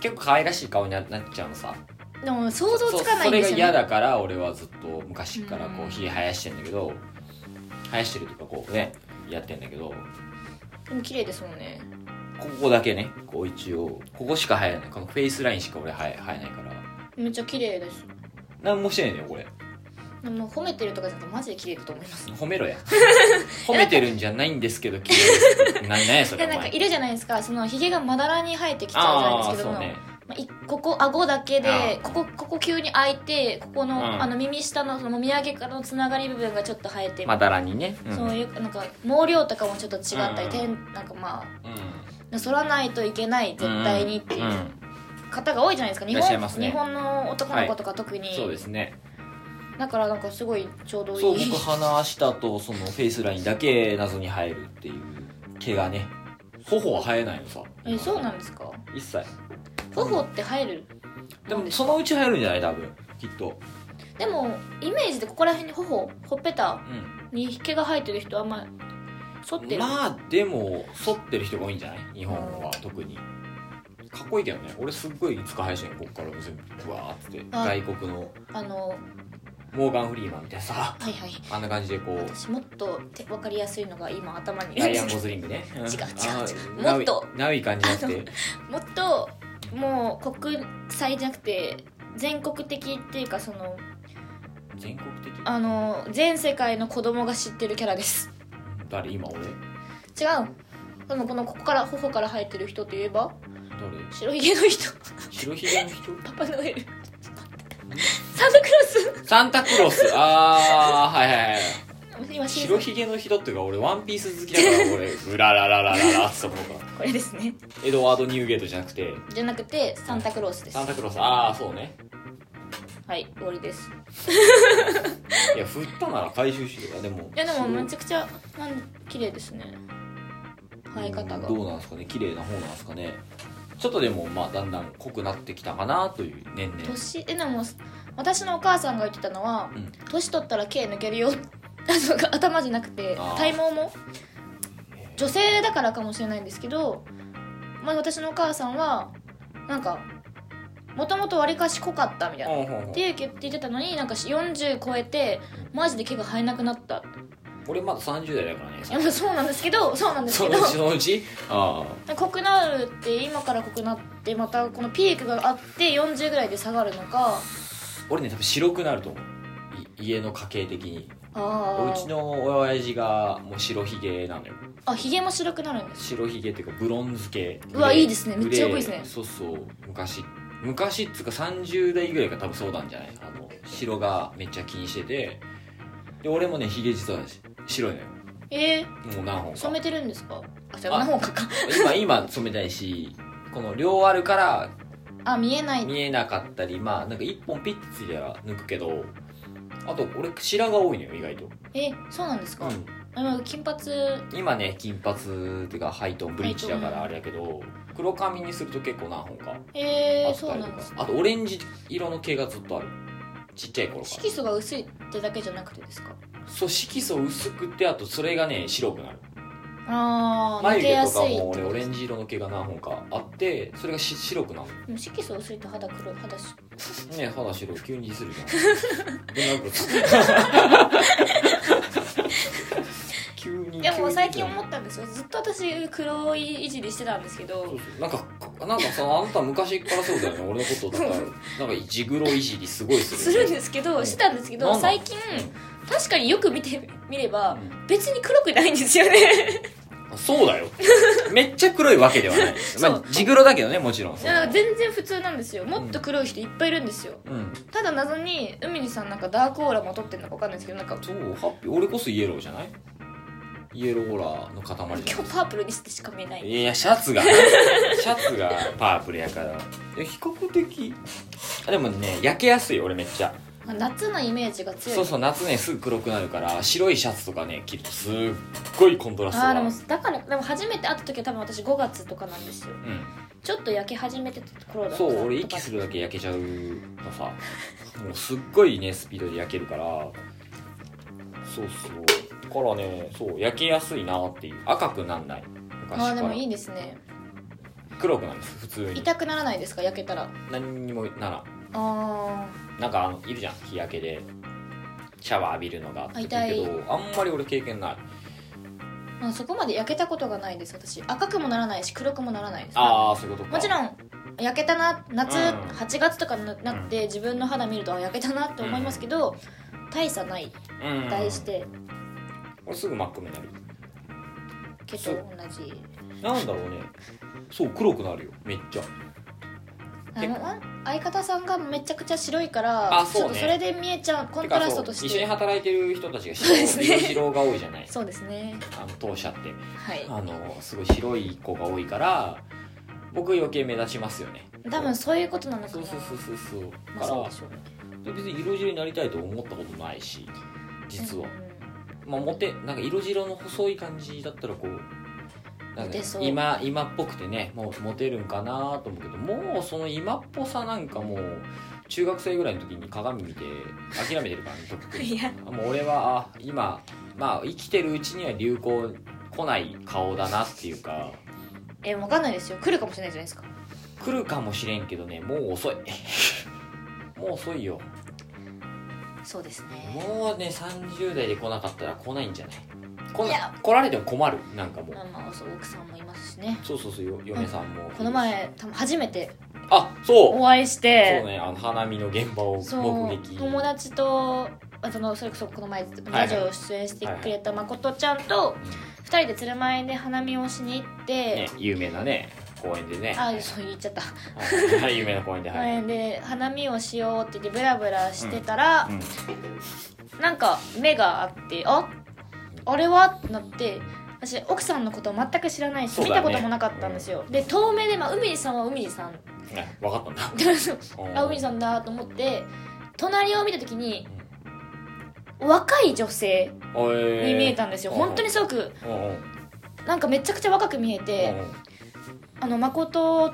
[SPEAKER 1] 結構可愛らしい顔にななっちゃうのさ
[SPEAKER 2] でも想像つかないん
[SPEAKER 1] そうそれ
[SPEAKER 2] です
[SPEAKER 1] が
[SPEAKER 2] よ
[SPEAKER 1] 嫌
[SPEAKER 2] ね
[SPEAKER 1] だから俺はずっと昔からこ
[SPEAKER 2] うん
[SPEAKER 1] うひげ生やしてんだけど生やしてるというかこうねやってんだけど
[SPEAKER 2] でも綺麗ですもんね
[SPEAKER 1] ここだけねこう一応ここしか生えないこのフェイスラインしか俺生え生えないから
[SPEAKER 2] めっちゃ綺麗です
[SPEAKER 1] 何もしてないんだよこれ
[SPEAKER 2] でも褒めてるとかじゃなくてマジで綺麗だと思います
[SPEAKER 1] 褒めろ や褒めてるんじゃないんですけど綺麗ですな何やそ
[SPEAKER 2] で
[SPEAKER 1] れお
[SPEAKER 2] なんか
[SPEAKER 1] 前
[SPEAKER 2] いるじゃないですかそのヒゲがまだらに生えてきちゃうじゃな
[SPEAKER 1] あ
[SPEAKER 2] い
[SPEAKER 1] あ
[SPEAKER 2] で
[SPEAKER 1] そ
[SPEAKER 2] すけ
[SPEAKER 1] う
[SPEAKER 2] ども、
[SPEAKER 1] ね
[SPEAKER 2] まあいここ顎だけで
[SPEAKER 1] あー
[SPEAKER 2] ここここ急に開いてここの,、
[SPEAKER 1] うん
[SPEAKER 2] あの耳下のそのもみあげからのつながり部分がちょっと生えて、
[SPEAKER 1] まだらにね、うん、
[SPEAKER 2] そういうなんか毛量とかもちょっと違ったり、
[SPEAKER 1] うん
[SPEAKER 2] てんなんかまあ
[SPEAKER 1] うん、
[SPEAKER 2] 剃らないといけない絶対にってい
[SPEAKER 1] ん
[SPEAKER 2] う方が多いじゃないですか日
[SPEAKER 1] いらっしゃい
[SPEAKER 2] 本,、
[SPEAKER 1] ますね
[SPEAKER 2] 日本の男の子とか特に、
[SPEAKER 1] そうですね
[SPEAKER 2] だからなんかすごいちょうどいい
[SPEAKER 1] そう僕鼻下とそのフェイスラインだけ謎に生えるっていう毛がね頬は生えないのさ
[SPEAKER 2] えそうなんですか
[SPEAKER 1] 一切
[SPEAKER 2] 頬って入る
[SPEAKER 1] でもそのうち生えるんじゃない多分きっと
[SPEAKER 2] でもイメージでここら辺に頬ほっぺた
[SPEAKER 1] う
[SPEAKER 2] に毛が生えてる人あんま剃って
[SPEAKER 1] ん
[SPEAKER 2] る、
[SPEAKER 1] まあでも剃ってる人が多いんじゃない日本は特にかっこいいけどね俺すっごいいつか生やしてんのこっから全部ブワーってって
[SPEAKER 2] あ
[SPEAKER 1] 外国の
[SPEAKER 2] あの
[SPEAKER 1] モーガン・フリーマンみたいなさ
[SPEAKER 2] はいはい
[SPEAKER 1] あんな感じでこう
[SPEAKER 2] 私もっとて分かりやすいのが今頭に
[SPEAKER 1] ダイアン・ゴズリングね違
[SPEAKER 2] う違う違うもっと
[SPEAKER 1] なうい感じじゃなくて
[SPEAKER 2] もっともう国際じゃなくて全国的っていうかその
[SPEAKER 1] 全国的
[SPEAKER 2] あの全世界の子供が知ってるキャラです
[SPEAKER 1] 誰今俺
[SPEAKER 2] 違うでもこのここから頬から生えてる人といえば
[SPEAKER 1] 誰
[SPEAKER 2] 白ひげの人
[SPEAKER 1] 白ひげの人
[SPEAKER 2] パパノエルサンタクロー
[SPEAKER 1] サンタクロースあーはいはいはい
[SPEAKER 2] ス 今シーズ
[SPEAKER 1] 白
[SPEAKER 2] ン
[SPEAKER 1] ひげの人っていうか俺ワンピース好きだ から俺うららららららって思うから
[SPEAKER 2] これですね
[SPEAKER 1] エドワード・ニューゲートじゃなくて
[SPEAKER 2] じゃなくてサンタクロースです
[SPEAKER 1] サンタクロースああそうね
[SPEAKER 2] はい終わりです
[SPEAKER 1] いや振ったなら回収しようでも
[SPEAKER 2] いやでもめち
[SPEAKER 1] ゃ
[SPEAKER 2] ゃくちゃなん綺麗ですね生え方が
[SPEAKER 1] どうなんですかね綺麗な方なんですかねちょっとでもまあだんだん濃くなってきたかなという年々
[SPEAKER 2] 年えでも私のお母さんが言ってたのは
[SPEAKER 1] うん
[SPEAKER 2] 年取ったら毛抜けるよ あの頭じゃなくて
[SPEAKER 1] あー
[SPEAKER 2] 体毛も女性だからかもしれないんですけど、まあ、私のお母さんはなんかもともとわりかし濃かったみたいな。
[SPEAKER 1] うんうんうん
[SPEAKER 2] っていう言ってたのになんか40超えてマジで毛が生えなくなった
[SPEAKER 1] 俺まだ30代だから
[SPEAKER 2] いやま
[SPEAKER 1] ね
[SPEAKER 2] あそうなんですけどそう なんです
[SPEAKER 1] そ
[SPEAKER 2] け
[SPEAKER 1] の
[SPEAKER 2] ど
[SPEAKER 1] うちのうちあ
[SPEAKER 2] 濃くなるって今から濃くなってまたこのピークがあって40ぐらいで下がるのか
[SPEAKER 1] あ俺ね多分白くなると思うい家の家系的に
[SPEAKER 2] あ
[SPEAKER 1] うちの親父がもう白ひげなのよ
[SPEAKER 2] ああひげも白くなるんです
[SPEAKER 1] 白ひげっていうかブロンズ系
[SPEAKER 2] うわ
[SPEAKER 1] グレー
[SPEAKER 2] いいですねめっちゃ
[SPEAKER 1] グレー
[SPEAKER 2] かっこいいです
[SPEAKER 1] そうそう昔昔っつうか30代ぐらいが多分そうなんじゃないあの白がめっちゃ気にしててで俺もねひげ実は白いのよ
[SPEAKER 2] ええー、
[SPEAKER 1] もう何本か
[SPEAKER 2] 染めてるんですかあそれ何本か か
[SPEAKER 1] 今今染めたいしこの両あるから
[SPEAKER 2] あ見えない
[SPEAKER 1] 見えなかったりまあなんか一本ピッてついたら抜くけどあと俺白が多いのよ意外と、
[SPEAKER 2] えそうなんですか、あ金髪
[SPEAKER 1] 今ね金髪っていうかハイトーンブリーチだか
[SPEAKER 2] ハ
[SPEAKER 1] ら
[SPEAKER 2] イ
[SPEAKER 1] あれだけど黒髪にすると結構何本か
[SPEAKER 2] え
[SPEAKER 1] あ
[SPEAKER 2] ー、
[SPEAKER 1] っ
[SPEAKER 2] そ
[SPEAKER 1] た
[SPEAKER 2] う
[SPEAKER 1] り
[SPEAKER 2] な
[SPEAKER 1] と
[SPEAKER 2] ん
[SPEAKER 1] か
[SPEAKER 2] ですか
[SPEAKER 1] あとオレンジ色の毛がずっとあるちっちゃい頃か
[SPEAKER 2] 色素が薄いってだけじゃなくてですか
[SPEAKER 1] らそう色素薄くてあとそれがね白くなる
[SPEAKER 2] ああ抜
[SPEAKER 1] 眉
[SPEAKER 2] けや
[SPEAKER 1] 毛と
[SPEAKER 2] す
[SPEAKER 1] か
[SPEAKER 2] いって
[SPEAKER 1] も
[SPEAKER 2] こと
[SPEAKER 1] 俺オレンジ色の毛が何本かあってそれがし白くなる
[SPEAKER 2] でも色素薄いと肌黒い肌し
[SPEAKER 1] ね肌白い急にするじゃん どんなこと 急に
[SPEAKER 2] でも最近
[SPEAKER 1] 急に
[SPEAKER 2] 思ったんですよずっと私黒いいじりしてたんですけ
[SPEAKER 1] そう
[SPEAKER 2] ど
[SPEAKER 1] そうなんかこなんかさあなた昔からそうだよね俺のことだからなんかジグロいじりすごいす
[SPEAKER 2] す
[SPEAKER 1] るよ
[SPEAKER 2] る
[SPEAKER 1] ね
[SPEAKER 2] んですけど
[SPEAKER 1] ん
[SPEAKER 2] してたんですけど
[SPEAKER 1] なんだ
[SPEAKER 2] 最近確かによく見てみれば
[SPEAKER 1] う
[SPEAKER 2] 別に黒くないんですよね
[SPEAKER 1] んそうだよめっちゃ黒いわけではない
[SPEAKER 2] そう
[SPEAKER 3] まあ、ジグロだけどねもちろん
[SPEAKER 2] いや全然普通なんですよもっと黒い人いっぱいいるんですよ
[SPEAKER 1] うん
[SPEAKER 2] ただ謎に海にさんなんかダークオーラも取ってるのか分かんないですけどなんか
[SPEAKER 1] そうハッピー俺こそイエローじゃないイエローオーラの塊
[SPEAKER 2] 今
[SPEAKER 1] じ
[SPEAKER 2] 日
[SPEAKER 1] ゃ
[SPEAKER 2] パープルにしてしか見えな
[SPEAKER 1] ない
[SPEAKER 2] い
[SPEAKER 1] いやシャツがシャツがパープルやからいや比較的あでもね焼けやすい俺めっちゃ
[SPEAKER 2] まあ夏のイメージが強い
[SPEAKER 1] そうそう夏ねすぐ黒くなるから白いシャツとかね着るとすっごいコントラストが
[SPEAKER 2] あーでもだからでも初めて会った時は多分私5月とかなんですよ
[SPEAKER 1] うん
[SPEAKER 2] ちょっと焼け始めてた頃だった
[SPEAKER 1] そう俺息するだけ焼けちゃうのさもうすっごいねスピードで焼けるからそうそうだからねそう焼けやすいなっていう赤くなんない昔
[SPEAKER 2] あ
[SPEAKER 1] か
[SPEAKER 2] あで
[SPEAKER 1] ら
[SPEAKER 2] もいいですね
[SPEAKER 1] 黒くなるんです普通に
[SPEAKER 2] 痛くならないですか焼けたら
[SPEAKER 1] 何にもならん
[SPEAKER 2] あ
[SPEAKER 1] なんかあのいるじゃん日焼けでシャワー浴びるのが
[SPEAKER 2] あ痛い
[SPEAKER 1] だけどあんまり俺経験ない
[SPEAKER 2] ーまあそこまで焼けたことがないです私赤くもならないし黒くもならないです
[SPEAKER 1] ああそういうことか
[SPEAKER 2] もちろん焼けたな夏、
[SPEAKER 1] うん
[SPEAKER 2] 8月とかになって自分の肌見るとあ焼けたなって思いますけど、大差ない
[SPEAKER 1] うん
[SPEAKER 2] 大して
[SPEAKER 1] 俺すぐ真っ黒になる
[SPEAKER 2] 毛と同じ
[SPEAKER 1] なんだろうねそう黒くなるよめっちゃ
[SPEAKER 2] あ
[SPEAKER 1] 結
[SPEAKER 2] の
[SPEAKER 1] 構
[SPEAKER 2] あ相方さんがめちゃくちゃ白いから
[SPEAKER 1] あそうね
[SPEAKER 2] ちょっとそれで見えちゃうコン
[SPEAKER 1] て
[SPEAKER 2] ト
[SPEAKER 1] か
[SPEAKER 2] ラス
[SPEAKER 1] そ
[SPEAKER 2] ト
[SPEAKER 1] う
[SPEAKER 2] として
[SPEAKER 1] 一緒に働いてる人たちが
[SPEAKER 2] そうですね
[SPEAKER 1] 白白が多いじゃない
[SPEAKER 2] そうですね
[SPEAKER 1] あの当社って
[SPEAKER 2] はい
[SPEAKER 1] あのすごい白い子が多いから僕余計目立ちますよね
[SPEAKER 2] 多分そういうことなのか
[SPEAKER 1] そ
[SPEAKER 2] な
[SPEAKER 1] うそうそうそうそう
[SPEAKER 2] まあ
[SPEAKER 1] だか
[SPEAKER 2] そうで
[SPEAKER 1] ら
[SPEAKER 2] しょうね
[SPEAKER 1] 別に色白になりたいと思ったことないし実は
[SPEAKER 2] う、ん
[SPEAKER 1] まあ、モテなんか色白の細い感じだったらこうなんか
[SPEAKER 2] モテそう
[SPEAKER 1] 今今っぽくてねもうモテるんかなと思うけどもうその今っぽさなんかもう中学生ぐらいの時に鏡見て諦めてるからねとっく に
[SPEAKER 2] いや
[SPEAKER 1] もう俺はあ今まあ生きてるうちには流行来ない顔だなっていうか
[SPEAKER 2] えわかんないですよ来るかもしれないじゃないですか
[SPEAKER 1] 来るかもしれんけどねもう遅い もう遅いよ
[SPEAKER 2] そうですね
[SPEAKER 1] もうね30代で来なかったら来ないんじゃない来
[SPEAKER 2] い
[SPEAKER 1] な
[SPEAKER 2] や
[SPEAKER 1] 来られても困るなんかもう
[SPEAKER 2] まあまあそう奥さんもいますしね
[SPEAKER 1] そうそうそうよ嫁さんも
[SPEAKER 2] この前多分初めて
[SPEAKER 1] あそう
[SPEAKER 2] お会いし
[SPEAKER 1] そう
[SPEAKER 2] て
[SPEAKER 1] ねあの花見の現場を
[SPEAKER 2] そう
[SPEAKER 1] 目撃
[SPEAKER 2] 友達とあそのそれこそこの前ラジオ出演してくれた誠ちゃんと
[SPEAKER 1] うん
[SPEAKER 2] 2人で鶴舞で花見をしに行って、
[SPEAKER 1] ね有名なね公園でね
[SPEAKER 2] あそう言っちゃった
[SPEAKER 1] はいはい 有名な公園ではい、
[SPEAKER 2] で花見をしようって言ってブラブラしてたら
[SPEAKER 1] う、ん
[SPEAKER 2] なんか目があって「ああれは?」ってなって私奥さんのことを全く知らないし、
[SPEAKER 1] そう
[SPEAKER 2] 見
[SPEAKER 1] だね
[SPEAKER 2] たこともなかったんですよ、で遠目で、まあ、海里さんは海里さん
[SPEAKER 1] ね分かったんだうん
[SPEAKER 2] あ海里さんだと思って隣を見た時に若い女性に見えたんですよ、
[SPEAKER 1] えー
[SPEAKER 2] 本当にすごく
[SPEAKER 1] うんうん
[SPEAKER 2] なんかめちゃくちゃ若く見えて、あの誠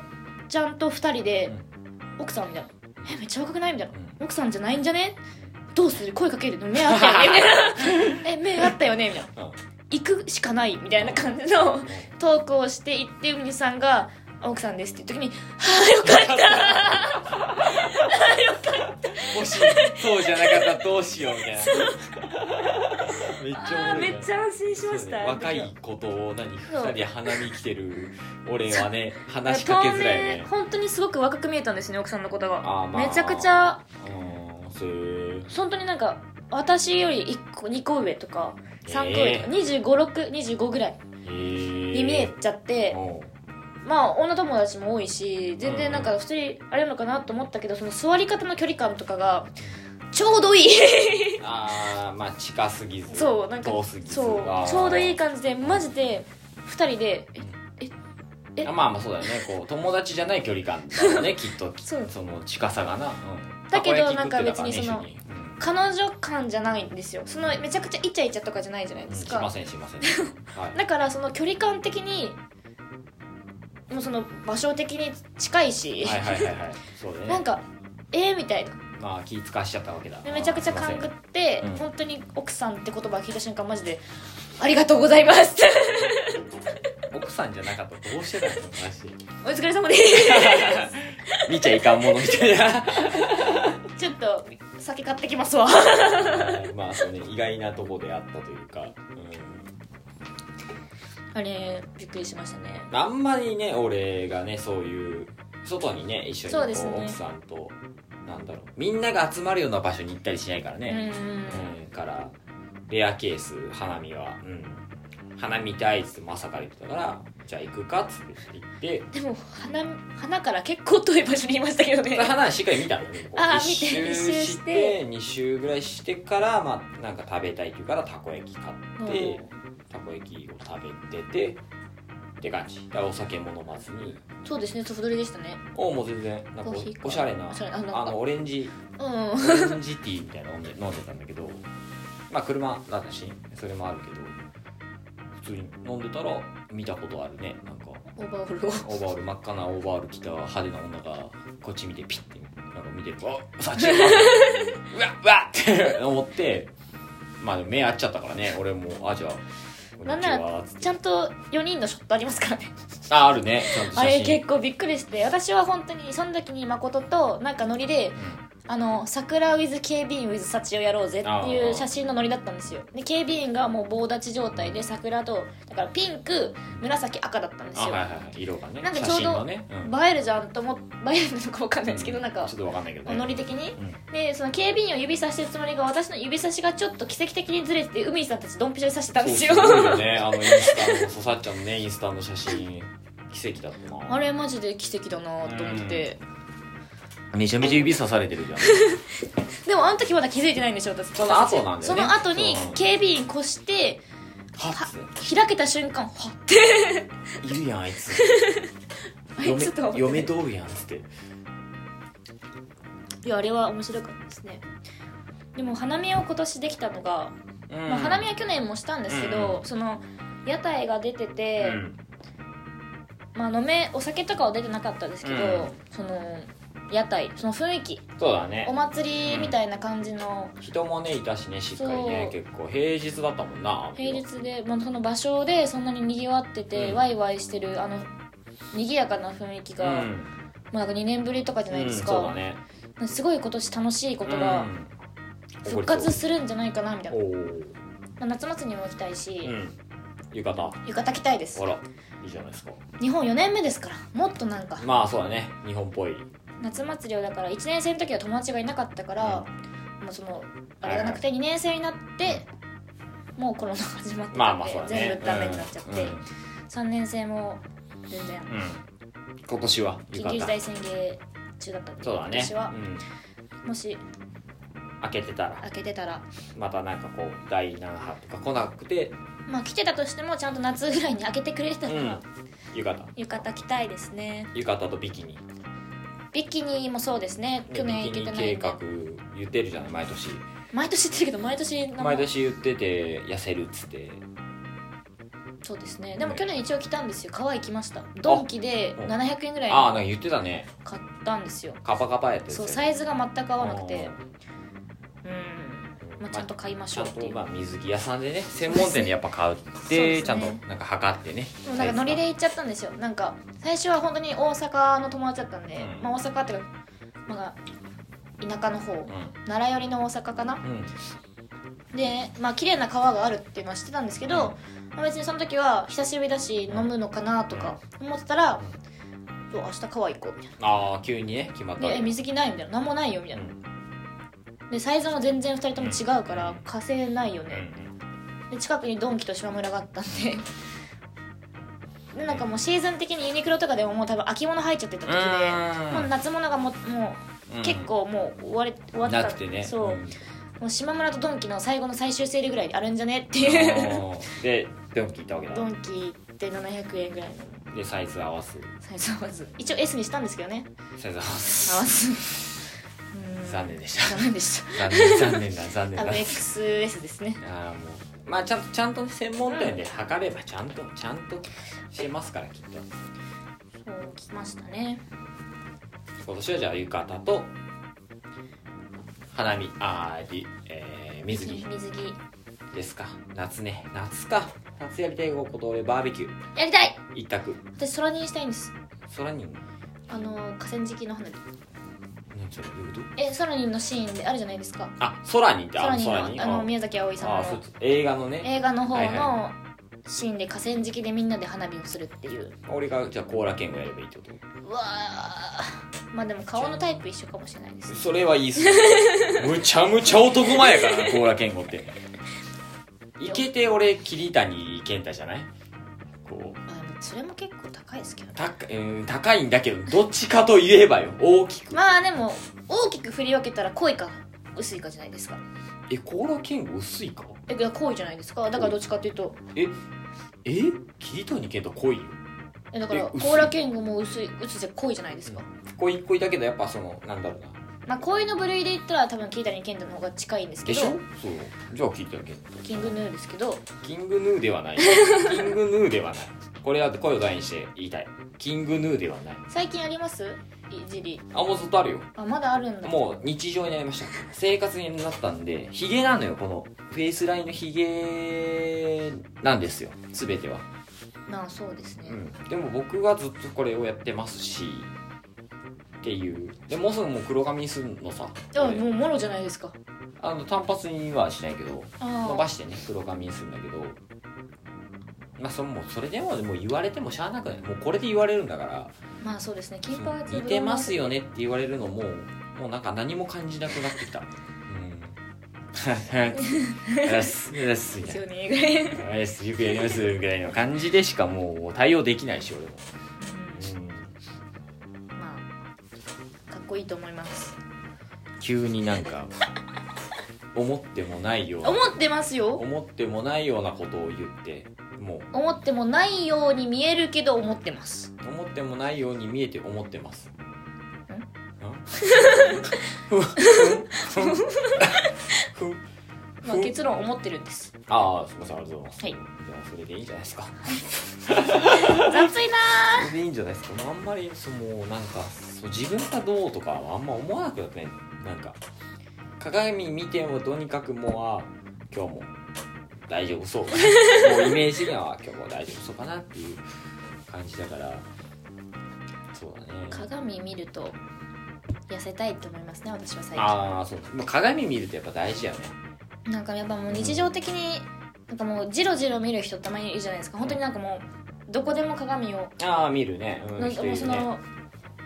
[SPEAKER 2] ちゃんと2人で、奥さんみたいな「えめっちゃ若くない?」みたいな「奥さんじゃないんじゃね?」どうする声かけるの目あったよねみたいな「 え目あったよね」みたいな
[SPEAKER 1] うん
[SPEAKER 2] 「行くしかない」みたいな感じのトークをして行って海さんが「奥さんです」って言う時に「
[SPEAKER 1] もしそうじゃなかったらどうしようみたいなめっち
[SPEAKER 2] あ
[SPEAKER 1] ゃ
[SPEAKER 2] あ
[SPEAKER 1] 面白い
[SPEAKER 2] め
[SPEAKER 1] ね
[SPEAKER 2] っちゃ安心し
[SPEAKER 1] そう
[SPEAKER 2] ま
[SPEAKER 1] ね
[SPEAKER 2] した、
[SPEAKER 1] 若い子と何
[SPEAKER 2] そう
[SPEAKER 1] 2人で花見来てる俺はね
[SPEAKER 2] なん
[SPEAKER 1] 話しか
[SPEAKER 2] か
[SPEAKER 1] けづらいよね
[SPEAKER 2] 本当にすごく若く見えたんですね奥さんのことが、
[SPEAKER 1] あーまあ
[SPEAKER 2] めちゃくちゃ
[SPEAKER 1] うんそういう
[SPEAKER 2] 本当になんか私より1個2個上とか3個上とか、
[SPEAKER 1] え
[SPEAKER 2] 2 5 6 25ぐらいに見えちゃって、
[SPEAKER 1] うん
[SPEAKER 2] まあ女友達も多いし全然なんか普通にあれなのかなと思ったけどその座り方の距離感とかがちょうどいい
[SPEAKER 1] あーまあ近すぎず
[SPEAKER 2] そうなんか
[SPEAKER 1] 遠すぎず
[SPEAKER 2] そう
[SPEAKER 1] あー
[SPEAKER 2] ちょうどいい感じでマジで2人でええ
[SPEAKER 1] あまあまあそうだよねこう友達じゃない距離感だ よねきっと
[SPEAKER 2] そう
[SPEAKER 1] その近さがな、うん
[SPEAKER 2] だけ
[SPEAKER 1] たこ焼き食っ
[SPEAKER 2] ど
[SPEAKER 1] て
[SPEAKER 2] なんか別に
[SPEAKER 1] たからね一緒
[SPEAKER 2] その
[SPEAKER 1] にうん
[SPEAKER 2] 彼女感じゃないんですよそのめちゃくちゃイチャイチャとかじゃないじゃない
[SPEAKER 1] うん
[SPEAKER 2] です
[SPEAKER 1] し
[SPEAKER 2] か、
[SPEAKER 1] ませんしません、 はい、
[SPEAKER 2] だからその距離感的にもうその場所的に近いし、
[SPEAKER 1] はいはいはいはいそうだね
[SPEAKER 2] なんかえー、みたいな
[SPEAKER 1] まあ気使わしちゃったわけだ
[SPEAKER 2] でめちゃくちゃ勘ぐ
[SPEAKER 1] す
[SPEAKER 2] っ
[SPEAKER 1] いま
[SPEAKER 2] て、
[SPEAKER 1] うん
[SPEAKER 2] 本当に奥さんって言葉を聞いた瞬間マジで「ありがとうございます」
[SPEAKER 1] せん奥さんじゃなかったらどうしてたのマ ジで
[SPEAKER 2] お疲れ様です
[SPEAKER 1] 見ちゃいかんものみたいな
[SPEAKER 2] ちょっと酒買ってきますわ
[SPEAKER 1] はいまあそうね意外なとこであったというか、う
[SPEAKER 2] あれびっくりしましたね
[SPEAKER 1] ん、あんまりね俺がねそういう外にね一緒に
[SPEAKER 2] そう
[SPEAKER 1] こ
[SPEAKER 2] ですね
[SPEAKER 1] う奥さんとなんだろうみんなが集まるような場所に行ったりしないから
[SPEAKER 2] う
[SPEAKER 1] ね、
[SPEAKER 2] ん
[SPEAKER 1] うん、からレアケース花見は、うん、花見たいっつってまさか言ってたからじゃあ行くかっつって言って
[SPEAKER 2] でも花花から結構遠い場所にいましたけど
[SPEAKER 1] そ
[SPEAKER 2] ね
[SPEAKER 1] れ花しっかり見たのね
[SPEAKER 2] あー
[SPEAKER 1] 一
[SPEAKER 2] 見て
[SPEAKER 1] 周
[SPEAKER 2] 一周して
[SPEAKER 1] して2周ぐらいしてからまあなんか食べたいっていうからたこ焼き買ってたこ焼きを食べててって感じだからお酒も飲まずに
[SPEAKER 2] そうですねソフトリでしたね
[SPEAKER 1] おもう全然なんか
[SPEAKER 2] コーヒーか
[SPEAKER 1] おおしゃれな
[SPEAKER 2] おしゃれななんか
[SPEAKER 1] あのオレンジ
[SPEAKER 2] うん
[SPEAKER 1] オレンジティーみたいなの飲んで 飲んでたんだけどまあ車だったしそれもあるけど普通に飲んでたら見たことあるねなんか
[SPEAKER 2] オーバーオールを
[SPEAKER 1] オーバーオール真っ赤なオーバーオール着た派手な女がこっち見てピッてなんか見てるあサチだ うわうわっって思ってまあでも目合っちゃったからね俺もあじゃあこん
[SPEAKER 2] なん
[SPEAKER 1] にち
[SPEAKER 2] な
[SPEAKER 1] は
[SPEAKER 2] ら
[SPEAKER 1] っつっ
[SPEAKER 2] ちゃ
[SPEAKER 1] て
[SPEAKER 2] んと4人のショットありますからね
[SPEAKER 1] ああるねちゃんと
[SPEAKER 2] あ
[SPEAKER 1] 写
[SPEAKER 2] れ
[SPEAKER 1] 真
[SPEAKER 2] 結構びっくりして私は本当にその時に誠となんかノリで「あの桜 with 警備員 with 幸をやろうぜ」ってい
[SPEAKER 1] あ
[SPEAKER 2] う
[SPEAKER 1] ー
[SPEAKER 2] 写真のノリだったんですよで警備員がもう棒立ち状態で桜とだからピンク紫赤だったんです
[SPEAKER 1] あはい
[SPEAKER 2] よ
[SPEAKER 1] はいはい色がね
[SPEAKER 2] なんか
[SPEAKER 1] 写
[SPEAKER 2] ちょうど
[SPEAKER 1] 真のね、うん
[SPEAKER 2] 映えるじゃんと思っ映えるのかわかんないですけどなんか
[SPEAKER 1] ちょっとわかんないけど、ね、
[SPEAKER 2] ノリ的に
[SPEAKER 1] うん
[SPEAKER 2] でその警備員を指さしてるつもりが私の指差しがちょっと奇跡的にずれてて海さんたちドンピシャで刺してたんですよ
[SPEAKER 1] そうすごいよねあのインスタのそさっちゃんのねインスタの写真奇跡だったな
[SPEAKER 2] あれマジで奇跡だなと思って
[SPEAKER 3] めちゃめちゃ指さされてるじゃん
[SPEAKER 2] でもあの時まだ気づいてないんでしょ私
[SPEAKER 1] その後なんだよね
[SPEAKER 2] その後に
[SPEAKER 1] そう
[SPEAKER 2] 警備員越して
[SPEAKER 1] はっ
[SPEAKER 2] 開けた瞬間はっ
[SPEAKER 1] つっているやんあいつ
[SPEAKER 2] あい
[SPEAKER 1] 嫁
[SPEAKER 2] つと思って
[SPEAKER 1] 嫁通るやんっつって
[SPEAKER 2] いやあれは面白かったですねでも花見を今年できたのが、ま
[SPEAKER 1] ま
[SPEAKER 2] あ、花見は去年もしたんですけど、その屋台が出てて、まあ飲めお酒とかは出てなかったですけど、
[SPEAKER 1] うん
[SPEAKER 2] その屋台その雰囲気
[SPEAKER 1] そうだ
[SPEAKER 2] お
[SPEAKER 1] ね
[SPEAKER 2] 祭りみたいな感じの
[SPEAKER 1] 人もねいたしねしっかりね
[SPEAKER 2] そ
[SPEAKER 1] 結構平日だったもんな
[SPEAKER 2] 平日で、まあ、その場所でそんなに賑わってて、
[SPEAKER 1] うん
[SPEAKER 2] ワイワイしてるあの賑やかな雰囲気
[SPEAKER 1] うん
[SPEAKER 2] が、もうなんか2年ぶりとかじゃないですか、
[SPEAKER 1] うんそうだね
[SPEAKER 2] すごい今年楽しいことが
[SPEAKER 1] うん
[SPEAKER 2] 復活するんじゃないかなみたい
[SPEAKER 1] お
[SPEAKER 2] な、ま
[SPEAKER 1] ー
[SPEAKER 2] あ、夏祭りにも行きたいし、
[SPEAKER 1] うん浴衣
[SPEAKER 2] 浴衣着たいです
[SPEAKER 1] あらいいじゃないですか
[SPEAKER 2] 日本4年目ですからもっとなんか
[SPEAKER 1] まあそうだね日本っぽい
[SPEAKER 2] 夏祭りをだから1年生の時は友達がいなかったから、もうそのあれがなくて2年生になってもうコロナが始まってたんで、
[SPEAKER 1] まあまあそうだね
[SPEAKER 2] 全部ダメになっちゃって、
[SPEAKER 1] うんうん
[SPEAKER 2] 3年生も全然
[SPEAKER 1] うん今年は浴
[SPEAKER 2] 緊急
[SPEAKER 1] 衣
[SPEAKER 2] 事態宣言中だったんで
[SPEAKER 1] そうだね
[SPEAKER 2] 私は
[SPEAKER 1] う、ん
[SPEAKER 2] もし
[SPEAKER 1] 開けてたら
[SPEAKER 2] 開けてたら
[SPEAKER 1] またなんかこう第何波とか来なくて、
[SPEAKER 2] まあ来てたとしてもちゃんと夏ぐらいに開けてくれてた
[SPEAKER 1] う
[SPEAKER 2] ら、
[SPEAKER 1] ん、浴衣
[SPEAKER 2] 浴衣着たいですね
[SPEAKER 1] 浴衣とビキニ
[SPEAKER 2] ビキニもそうですね去年
[SPEAKER 1] ビ
[SPEAKER 2] 行
[SPEAKER 1] キ
[SPEAKER 2] けて
[SPEAKER 1] ニ
[SPEAKER 2] ない
[SPEAKER 1] 計
[SPEAKER 2] んで
[SPEAKER 1] 画言ってるじゃない毎年
[SPEAKER 2] 毎年言ってるけど毎年名前
[SPEAKER 1] 毎年言ってて痩せるっつって
[SPEAKER 2] そうですねでも去年一応来たんですよ川行きましたドンキで
[SPEAKER 1] うん
[SPEAKER 2] 700円ぐらい
[SPEAKER 1] ああなん
[SPEAKER 2] の
[SPEAKER 1] か言ってたね
[SPEAKER 2] 買ったんですよ
[SPEAKER 1] カパカパやって
[SPEAKER 2] そうサイズが全く合
[SPEAKER 1] 合
[SPEAKER 2] わなくてうん、
[SPEAKER 1] ん
[SPEAKER 2] まあ、ちゃんと買いまし
[SPEAKER 1] ち
[SPEAKER 2] ょ
[SPEAKER 1] ゃ
[SPEAKER 2] うっ
[SPEAKER 1] ん
[SPEAKER 2] て
[SPEAKER 1] と
[SPEAKER 2] いう、
[SPEAKER 1] まあ水着屋さんでね専門店でやっぱ買うっ
[SPEAKER 2] そうで
[SPEAKER 1] て
[SPEAKER 2] すね
[SPEAKER 1] ちゃんとなんか測ってね
[SPEAKER 2] でもなんかノリで行っちゃったんですよなんか最初は本当に大阪の友達だったんで、
[SPEAKER 1] うん
[SPEAKER 2] まあ、大阪っていうか、まあ、田舎の方
[SPEAKER 1] う
[SPEAKER 2] 奈良寄りの大阪かなん
[SPEAKER 1] うん
[SPEAKER 2] でまあ綺麗な川があるっていうのは知ってたんですけど、まあ、別にその時は久しぶりだし飲むのかなとか思ってたら「そう明日川行こう」みたい
[SPEAKER 1] ああ急にね決まった
[SPEAKER 2] な「でえ水着ない?」みたいな「何もないよ」みたいな
[SPEAKER 1] うん
[SPEAKER 2] でサイズも全然2人とも違うから
[SPEAKER 1] うん
[SPEAKER 2] 稼いないよ
[SPEAKER 1] う
[SPEAKER 2] ね
[SPEAKER 1] ん
[SPEAKER 2] で近くにドンキと島村があったんで でなんかもうシーズン的にユニクロとかでももう多分秋物入っちゃってた時で、もう夏物がもうもう
[SPEAKER 1] うん
[SPEAKER 2] 結構もう終われ終わってた
[SPEAKER 1] なくてね
[SPEAKER 2] そう、
[SPEAKER 1] ん
[SPEAKER 2] もう島村とドンキの最後の最終セールぐらいであるんじゃねっていう
[SPEAKER 1] あーでドンキ行ったわけだ
[SPEAKER 2] ドンキって700円ぐらいの
[SPEAKER 1] でサイズ合わす
[SPEAKER 2] サイズ合わず一応 S にしたんですけどね
[SPEAKER 1] サイズ合わ
[SPEAKER 2] 合わ
[SPEAKER 1] す
[SPEAKER 2] ずうん
[SPEAKER 1] 残念でした
[SPEAKER 2] 残念で し
[SPEAKER 1] 残念残念だ残念
[SPEAKER 2] たあ
[SPEAKER 1] だ
[SPEAKER 2] の XS ですね
[SPEAKER 1] ああもうまあちゃんとちゃんとね専門店で測ればちゃんとちゃんとしてますからきっと
[SPEAKER 2] そう聞きましたね
[SPEAKER 1] 今年はじゃあ浴衣と花見あーり、えー水着
[SPEAKER 2] 水着
[SPEAKER 1] ですか夏ね夏か夏やりたいこと俺バーベキュー
[SPEAKER 2] やりたい
[SPEAKER 1] 一択
[SPEAKER 2] 私空にしたいんです
[SPEAKER 1] 空に
[SPEAKER 2] あの河川敷の花火
[SPEAKER 1] 何それどういうこと
[SPEAKER 2] えソラニンのシーンであるじゃないですか
[SPEAKER 1] あ空にって
[SPEAKER 2] ソラ
[SPEAKER 1] あ
[SPEAKER 2] ニン
[SPEAKER 1] 空に
[SPEAKER 2] のあの宮崎あおいさ
[SPEAKER 1] ああ
[SPEAKER 2] ん
[SPEAKER 1] そう
[SPEAKER 2] の
[SPEAKER 1] 映画のね
[SPEAKER 2] 映画の方
[SPEAKER 1] はいは
[SPEAKER 2] のシーンで河川敷でみんなで花火をするっていう
[SPEAKER 1] 俺がじゃあコーラ券をやればいいってこと
[SPEAKER 2] うわーまあでも顔のタイプ一緒かもしれないです
[SPEAKER 1] それはいいっ すねむちゃむちゃ男前やからな、コーラ健吾って。いけて俺、桐谷健太じゃないこう
[SPEAKER 2] あでもそれも結構高いですけどね
[SPEAKER 1] た、うん高いんだけど、どっちかと言えばよ、大きく。
[SPEAKER 2] まあでも大きく振り分けたら濃いか薄いかじゃないですか
[SPEAKER 1] え、コーラ健吾薄いか
[SPEAKER 2] えいや濃いじゃないですかだからどっちかっていうと
[SPEAKER 1] え、え桐谷健太濃いよ。
[SPEAKER 2] えだから
[SPEAKER 1] え
[SPEAKER 2] コ
[SPEAKER 1] 薄い
[SPEAKER 2] ーラケンゴも薄い薄いじゃ濃いじゃないですか、
[SPEAKER 1] 濃い濃いだけど、やっぱその、なんだろうな。
[SPEAKER 2] まあ濃いの部類で言ったら多分キータニケントの方が近いんですけ
[SPEAKER 1] でし
[SPEAKER 2] ど
[SPEAKER 1] ょそう。じゃあ桐谷健太。
[SPEAKER 2] キングヌーですけど
[SPEAKER 1] キングヌーではない。キングヌーではない。これは声を大にして言いたい。キングヌーではない。
[SPEAKER 2] 最近ありますいじり
[SPEAKER 1] あ、もうずっとあるよ。
[SPEAKER 2] あまだあるんだ
[SPEAKER 1] もう日常になりました生活になったんでヒゲなのよこのフェイスラインのヒゲなんですよ全ては、
[SPEAKER 2] まあそうですね、
[SPEAKER 1] うん、でも僕はずっとこれをやってますしっていうでもうすぐもう黒髪にするのさ
[SPEAKER 2] あ
[SPEAKER 1] 俺
[SPEAKER 2] もうもろじゃないですか
[SPEAKER 1] あの単発にはしないけど伸
[SPEAKER 2] あ
[SPEAKER 1] ば
[SPEAKER 2] あ
[SPEAKER 1] してね黒髪にするんだけどまあそもうそれでももう言われてもしゃあなくないもうこれで言われるんだから
[SPEAKER 2] まあそうですね金
[SPEAKER 1] そ
[SPEAKER 2] パ
[SPEAKER 1] の
[SPEAKER 2] ーティ
[SPEAKER 1] 似
[SPEAKER 2] ー
[SPEAKER 1] てますよねって言われるのももうなんか何も感じなくなってきたうんよしよしみ
[SPEAKER 2] で
[SPEAKER 1] た
[SPEAKER 2] す
[SPEAKER 1] い
[SPEAKER 2] よねぐらい
[SPEAKER 1] なよしよくやりますぐらいの感じでしかもう対応できないし俺も、
[SPEAKER 2] まあかっこいいと思います
[SPEAKER 1] 急になんか思ってもないような
[SPEAKER 2] 思ってますよ
[SPEAKER 1] 思ってもないようなことを言っても
[SPEAKER 2] 思ってもないように見えるけど思ってます
[SPEAKER 1] う思ってもないように見えて思ってますんふんふんふん
[SPEAKER 2] まあ結論思ってるんです
[SPEAKER 1] ああ、すみません、ありがとうございます。
[SPEAKER 2] はい
[SPEAKER 1] じゃあ、それでいいんじゃないですか。
[SPEAKER 2] 雑いな
[SPEAKER 1] それでいいんじゃないですか。あんまり、その、なんか、そう自分がどうとかはあんま思わなくなってね。なんか、鏡見てもとにかくもう、あ今日も大丈夫そうかな。もうイメージ的には、今日も大丈夫そうかなっていう感じだから、そうだね。
[SPEAKER 2] 鏡見ると痩せたいって思いますね私は最近
[SPEAKER 1] ああ、そう。まあ鏡見るとやっぱ大事やね。
[SPEAKER 2] なんかやっぱもう日常的になんかもうジロジロ見る人たまにいるじゃないですか本当になんかもうどこでも鏡を、
[SPEAKER 1] ああ、見るね。うん、
[SPEAKER 2] なん
[SPEAKER 1] 人い
[SPEAKER 2] かもう
[SPEAKER 1] る
[SPEAKER 2] そ
[SPEAKER 1] ね。
[SPEAKER 2] の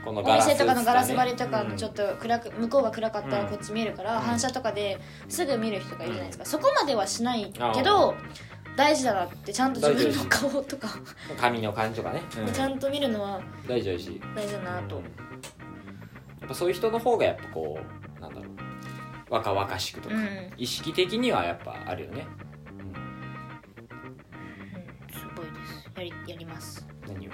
[SPEAKER 1] この
[SPEAKER 2] お
[SPEAKER 1] ガラス
[SPEAKER 2] 店とかのガラス張りとか
[SPEAKER 1] うん
[SPEAKER 2] ちょっと暗く向こうが暗かったら
[SPEAKER 1] うん
[SPEAKER 2] こっち見えるから
[SPEAKER 1] うん
[SPEAKER 2] 反射とかですぐ見る人がいるじゃないですかそこまではしないけど大事だなってちゃんと自分の顔とか
[SPEAKER 1] 髪の感じとかね。うん
[SPEAKER 2] ちゃんと見るのは
[SPEAKER 1] 大事大事。
[SPEAKER 2] 大事だなと
[SPEAKER 1] やっぱそういう人の方がやっぱこうなんだろう若々しくと
[SPEAKER 2] う
[SPEAKER 1] か、
[SPEAKER 2] ん、
[SPEAKER 1] 意識的にはやっぱあるよね、
[SPEAKER 2] すごいですやりやります
[SPEAKER 1] うん、何を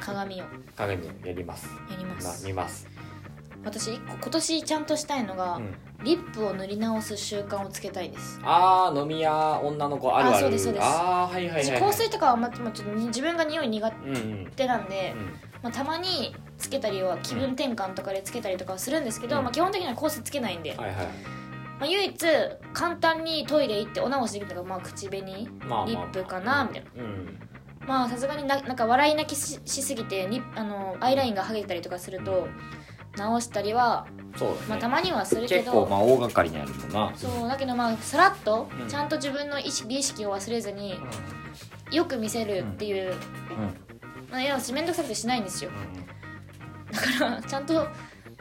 [SPEAKER 2] 鏡をや
[SPEAKER 1] 鏡をやります
[SPEAKER 2] りま
[SPEAKER 1] ます見ます、
[SPEAKER 2] 私一個今年ちゃんとしたいのが、
[SPEAKER 1] うん
[SPEAKER 2] リップを塗り直す習慣をつけたいです、
[SPEAKER 1] ああ飲み屋女の子あるある
[SPEAKER 2] あそうですそうです
[SPEAKER 1] ああはいはいはい、はい、
[SPEAKER 2] 香水とかはあんまちょっと自分が匂い苦
[SPEAKER 1] うんうん
[SPEAKER 2] 手なんで、
[SPEAKER 1] うん
[SPEAKER 2] まあ、たまにつけたりは気分転換とかでつけたりとかはするんですけど、
[SPEAKER 1] うん
[SPEAKER 2] まあ、基本的には香水つけないん
[SPEAKER 1] は
[SPEAKER 2] で、
[SPEAKER 1] いはい
[SPEAKER 2] まあ、唯一簡単にトイレ行ってお直しできるのがまあ口紅リ
[SPEAKER 1] まあまあ
[SPEAKER 2] ップかなみたいな
[SPEAKER 1] うん
[SPEAKER 2] まあさすがにななんか笑い泣きししすぎてリップあのアイラインが剥げたりとかすると直したりは、
[SPEAKER 1] そうだね、
[SPEAKER 2] まあ、たまにはするけ
[SPEAKER 1] 結構
[SPEAKER 2] ど
[SPEAKER 1] まあ大掛かりにあるもんな
[SPEAKER 2] そうだけどまあさらっと
[SPEAKER 1] うん
[SPEAKER 2] ちゃんと自分の意識美意識を忘れずによく見せるっていう、
[SPEAKER 1] うんうん
[SPEAKER 2] まあ、いや私面倒くさくてしないんですよちゃんと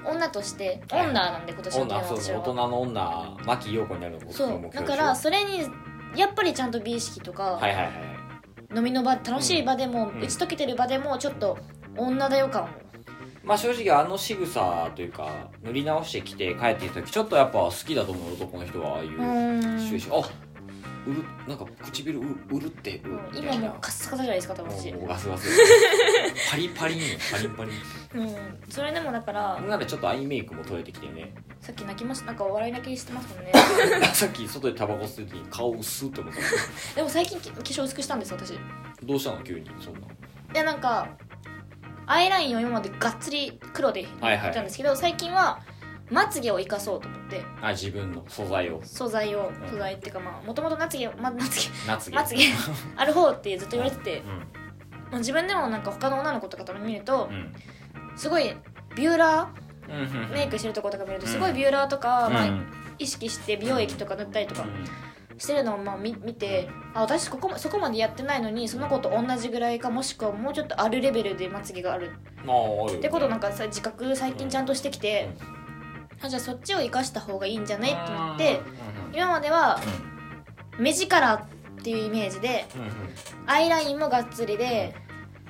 [SPEAKER 2] 女としてオ
[SPEAKER 1] はい
[SPEAKER 2] ンナーなんで今年のテー
[SPEAKER 1] 女
[SPEAKER 2] マは
[SPEAKER 1] そう
[SPEAKER 2] 私
[SPEAKER 1] そう大人
[SPEAKER 2] は
[SPEAKER 1] の女牧陽子になるの僕
[SPEAKER 2] そ
[SPEAKER 1] の目標
[SPEAKER 2] う
[SPEAKER 1] でし
[SPEAKER 2] だ
[SPEAKER 1] ょ
[SPEAKER 2] からそれにやっぱりちゃんと美意識とか、
[SPEAKER 1] はいはいはい
[SPEAKER 2] 飲みの場楽しい場でも、
[SPEAKER 1] うん
[SPEAKER 2] 打ち解けてる場でもちょっと女だよ感を
[SPEAKER 1] まあ正直あの仕草というか塗り直してきて帰ってきた時ちょっとやっぱ好きだと思う男の人はああいうシチ
[SPEAKER 2] うん
[SPEAKER 1] ュエーションあうるなんか唇ううるってうるみた
[SPEAKER 2] 今
[SPEAKER 1] いな
[SPEAKER 2] もうカッサカサじゃないですか多分私
[SPEAKER 1] もうガスガスパリパリにパリパリ
[SPEAKER 2] うんそれでもだから
[SPEAKER 1] なんならちょっとアイメイクも取れてきてね
[SPEAKER 2] さっき泣きましたなんかお笑い泣きしてますもんね
[SPEAKER 1] さっき外でタバコ吸う時に顔薄って思ったの
[SPEAKER 2] でも最近き化粧薄くしたんです私い
[SPEAKER 1] どうしたの急にそんな
[SPEAKER 2] やなんかアイラインを今までがっつり黒で
[SPEAKER 1] はいは
[SPEAKER 2] やったん
[SPEAKER 1] い
[SPEAKER 2] ですけど、最近はまつげを生かそうと思って
[SPEAKER 1] あ自分の素材を
[SPEAKER 2] 素材を
[SPEAKER 1] うん
[SPEAKER 2] 素材っていうかまあもともとまつげままつげ
[SPEAKER 1] まつげ
[SPEAKER 2] まつげある方ってずっと言われてて
[SPEAKER 1] う、ん
[SPEAKER 2] もう自分でもなんか他の女の子とかと見ると
[SPEAKER 1] う、ん
[SPEAKER 2] すごいビューラ
[SPEAKER 1] うんうん
[SPEAKER 2] ーメイクしてるとことか見ると
[SPEAKER 1] うん
[SPEAKER 2] すごいビューラーとか、ま
[SPEAKER 1] う
[SPEAKER 2] あ、
[SPEAKER 1] ん
[SPEAKER 2] 意識して美容液とか塗ったりとか
[SPEAKER 1] うん
[SPEAKER 2] してるのをまあ見見てあ私ここもそこまでやってないのにその子と同じぐらいかもしくはもうちょっとあるレベルでまつげがある
[SPEAKER 1] まあある
[SPEAKER 2] ってことなんかさ自覚最近ちゃんとしてきて、あじゃあそっちを生かした方がいいんじゃないって思って今までは目力っていうイメージで
[SPEAKER 1] うんうんうん
[SPEAKER 2] アイラインもがっつりで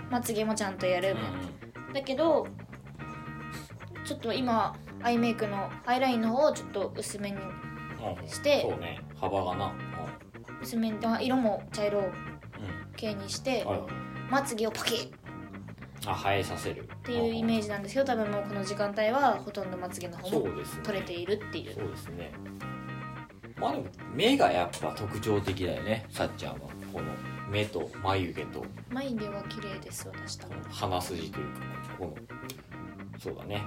[SPEAKER 2] まつげもちゃんとやるみたいな。だけどちょっと今アイメイクのアイラインの方をちょっと薄めに
[SPEAKER 1] うんうん
[SPEAKER 2] して
[SPEAKER 1] そうね幅がな
[SPEAKER 2] 薄めにあ色も茶色
[SPEAKER 1] うん
[SPEAKER 2] 系にして
[SPEAKER 1] うん
[SPEAKER 2] まつげをパキッ
[SPEAKER 1] あ生えさせるっ
[SPEAKER 2] っていうイメージなんですけど多分もうこの時間帯はほとんどまつげの方も
[SPEAKER 1] そうですね
[SPEAKER 2] 取れているっていう
[SPEAKER 1] そうですねまあでも目がやっぱ特徴的だよねさっちゃんはこの目と眉毛と
[SPEAKER 2] 眉毛は綺麗です私多
[SPEAKER 1] こ
[SPEAKER 2] 分
[SPEAKER 1] の鼻筋というかここのそうだね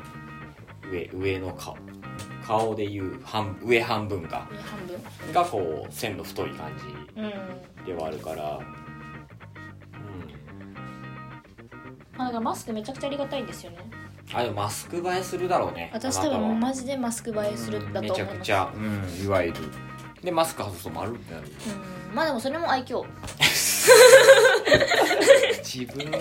[SPEAKER 1] 上上の顔顔でいう半上半分が
[SPEAKER 2] 上半分
[SPEAKER 1] がこう線の太い感
[SPEAKER 2] うん
[SPEAKER 1] じではあるから
[SPEAKER 2] まあだからマスクめちゃくちゃありがたいんですよね
[SPEAKER 1] うんあでもマスク映えするだろうね
[SPEAKER 2] 私
[SPEAKER 1] あ
[SPEAKER 2] 多
[SPEAKER 1] なた
[SPEAKER 2] 分
[SPEAKER 1] は
[SPEAKER 2] もうマジでマスク映えするだと思います
[SPEAKER 1] めちゃくちゃ、うん、いわゆるでマスク外すと丸くなる
[SPEAKER 2] うんまあでもそれも愛嬌
[SPEAKER 1] 自分であ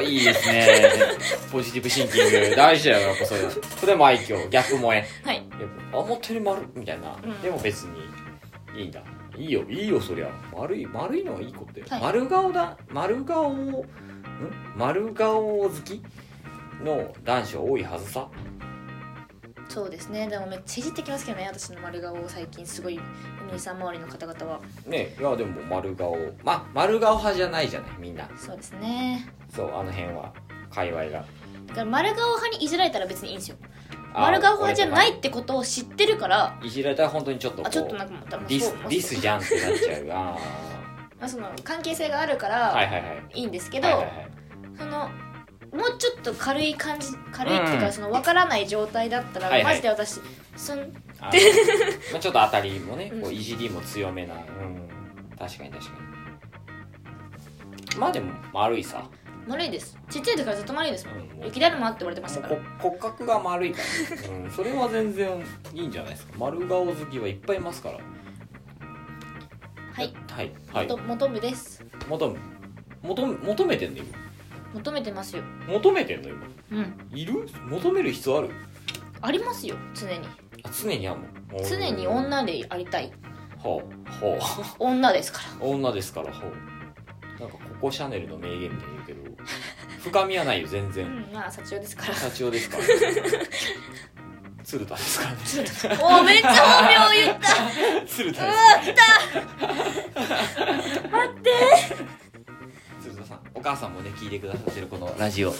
[SPEAKER 1] いいですね ポジティブシンキング大事だよやっぱそれそれも愛嬌逆萌え
[SPEAKER 2] はい
[SPEAKER 1] やっぱあ本当に丸みたいな、
[SPEAKER 2] ん
[SPEAKER 1] でも別にいいんだいいよいいよそりゃ丸い丸いのはいいことよ、
[SPEAKER 2] はい
[SPEAKER 1] 丸顔だ丸顔をん丸顔好きの男子は多いはずさ
[SPEAKER 2] そうですねでもめっちゃいじってきますけどね私の丸顔を最近すごいお兄さん周りの方々は
[SPEAKER 1] ねいやでも丸顔まあ丸顔派じゃないじゃないみんな
[SPEAKER 2] そうですね
[SPEAKER 1] そうあの辺は界隈が
[SPEAKER 2] だから丸顔派にいじられたら別にいいんですよ
[SPEAKER 1] あ
[SPEAKER 2] 丸顔派じゃな
[SPEAKER 1] 俺
[SPEAKER 2] いってことを知ってるから
[SPEAKER 1] とかいじられたら本当にちょっとこ
[SPEAKER 2] あ
[SPEAKER 1] う
[SPEAKER 2] ちょっとなんかもう多分
[SPEAKER 1] ディス
[SPEAKER 2] そうまあ
[SPEAKER 1] ディスじゃんってなっちゃうあ
[SPEAKER 2] まあその関係性があるか
[SPEAKER 1] ーはい
[SPEAKER 2] ら
[SPEAKER 1] はいはい
[SPEAKER 2] いいんですけど、
[SPEAKER 1] はいはいはい
[SPEAKER 2] そのもうちょっと軽い感じ軽いっていう
[SPEAKER 1] う
[SPEAKER 2] か
[SPEAKER 1] ん
[SPEAKER 2] その分からない状態だったら、
[SPEAKER 1] はいはい
[SPEAKER 2] マジで私そん
[SPEAKER 1] あ ーまあちょっと当たりもねこ
[SPEAKER 2] う
[SPEAKER 1] うんいじりも強めな、うん、確かに確かにまあでも丸いさ
[SPEAKER 2] 丸いですちっちゃい時からずっと丸いですも
[SPEAKER 1] うん
[SPEAKER 2] ん雪だるまって言われてましたか
[SPEAKER 1] も
[SPEAKER 2] ら
[SPEAKER 1] うこ骨格が丸いから、うん、それは全然いいんじゃないですか丸顔好きはいっぱいいますから
[SPEAKER 2] はい
[SPEAKER 1] はいはい
[SPEAKER 2] と求めです
[SPEAKER 1] 求め求め求めてんの
[SPEAKER 2] 求めてますよ
[SPEAKER 1] 今求めてんの今
[SPEAKER 2] うん
[SPEAKER 1] いる求める必要ある
[SPEAKER 2] ありますよ常に
[SPEAKER 1] あ常にあんのおー
[SPEAKER 2] 常に女でありたい
[SPEAKER 1] ほうほう
[SPEAKER 2] 女ですから
[SPEAKER 1] 女ですからほうなんかココシャネルの名言みたいに言うけど深みはないよ全
[SPEAKER 2] う
[SPEAKER 1] 然
[SPEAKER 2] んまあ幸男ですから
[SPEAKER 1] 社長ですから鶴田ですからね
[SPEAKER 2] おめっちゃ本名言った
[SPEAKER 1] 鶴田
[SPEAKER 2] う
[SPEAKER 1] で
[SPEAKER 2] わ
[SPEAKER 1] すから
[SPEAKER 2] 来た
[SPEAKER 1] 鶴田さんお母さんもね聞いてくださってるこのラジオ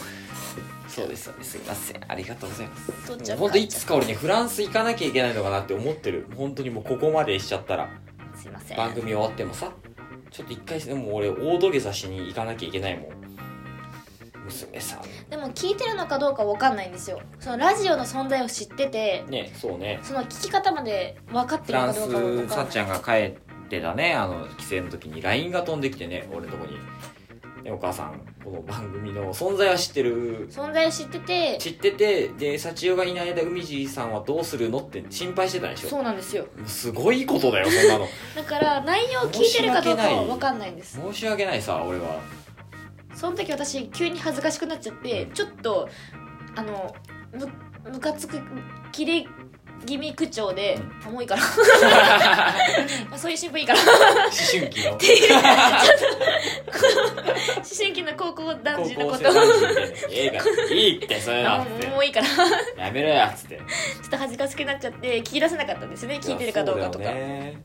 [SPEAKER 1] そうですそうですすいませんありがとうございます
[SPEAKER 2] 取っちゃった
[SPEAKER 1] 本当いつか俺ねフランス行かなきゃいけないのかなって思ってる本当にもうここまでしちゃったら
[SPEAKER 2] すいません
[SPEAKER 1] 番組終わってもさちょっと一回でも俺大土下座しに行かなきゃいけないもん娘さん
[SPEAKER 2] でも聞いてるのかどうかわかんないんですよそのラジオの存在を知ってて
[SPEAKER 1] ねそうね
[SPEAKER 2] その聞き方まで分かっ
[SPEAKER 1] フ
[SPEAKER 2] てる
[SPEAKER 1] ラ
[SPEAKER 2] のか
[SPEAKER 1] ン
[SPEAKER 2] どうかわ
[SPEAKER 1] ス
[SPEAKER 2] か
[SPEAKER 1] さ
[SPEAKER 2] ん
[SPEAKER 1] っ
[SPEAKER 2] な
[SPEAKER 1] ち
[SPEAKER 2] い
[SPEAKER 1] ゃんが帰ってたねあの帰省の時に LINE が飛んできてね俺のとこに、ね、お母さんこの番組の存在は知ってる
[SPEAKER 2] 存在知ってて
[SPEAKER 1] 知っててで幸代がいない間海地さんはどうするのって心配してたでしょ
[SPEAKER 2] そうなんですよ
[SPEAKER 1] もうすごいことだよそんなの
[SPEAKER 2] だから内容を聞いてるかどうかは分かんないんです
[SPEAKER 1] 申し訳ないさ俺 は
[SPEAKER 2] その時私急に恥ずかしくなっちゃってちょっとあのむむかつくキレ気味口調で「あもういいからあそういう新 聞いいから」
[SPEAKER 1] 春期の
[SPEAKER 2] 思春期の高校 男
[SPEAKER 1] 高
[SPEAKER 2] 児の
[SPEAKER 1] 校
[SPEAKER 2] こ
[SPEAKER 1] 生
[SPEAKER 2] と
[SPEAKER 1] 男
[SPEAKER 2] を
[SPEAKER 1] 子みたいな映画いいってそういうの
[SPEAKER 2] あ
[SPEAKER 1] っつっ
[SPEAKER 2] もう
[SPEAKER 1] て
[SPEAKER 2] もういいからちょ
[SPEAKER 1] やめろよっつって
[SPEAKER 2] っと恥ずかしくなっちゃって聞き出せなかったんですね聞いてるかどうかと
[SPEAKER 1] いや
[SPEAKER 2] か
[SPEAKER 1] そうだよね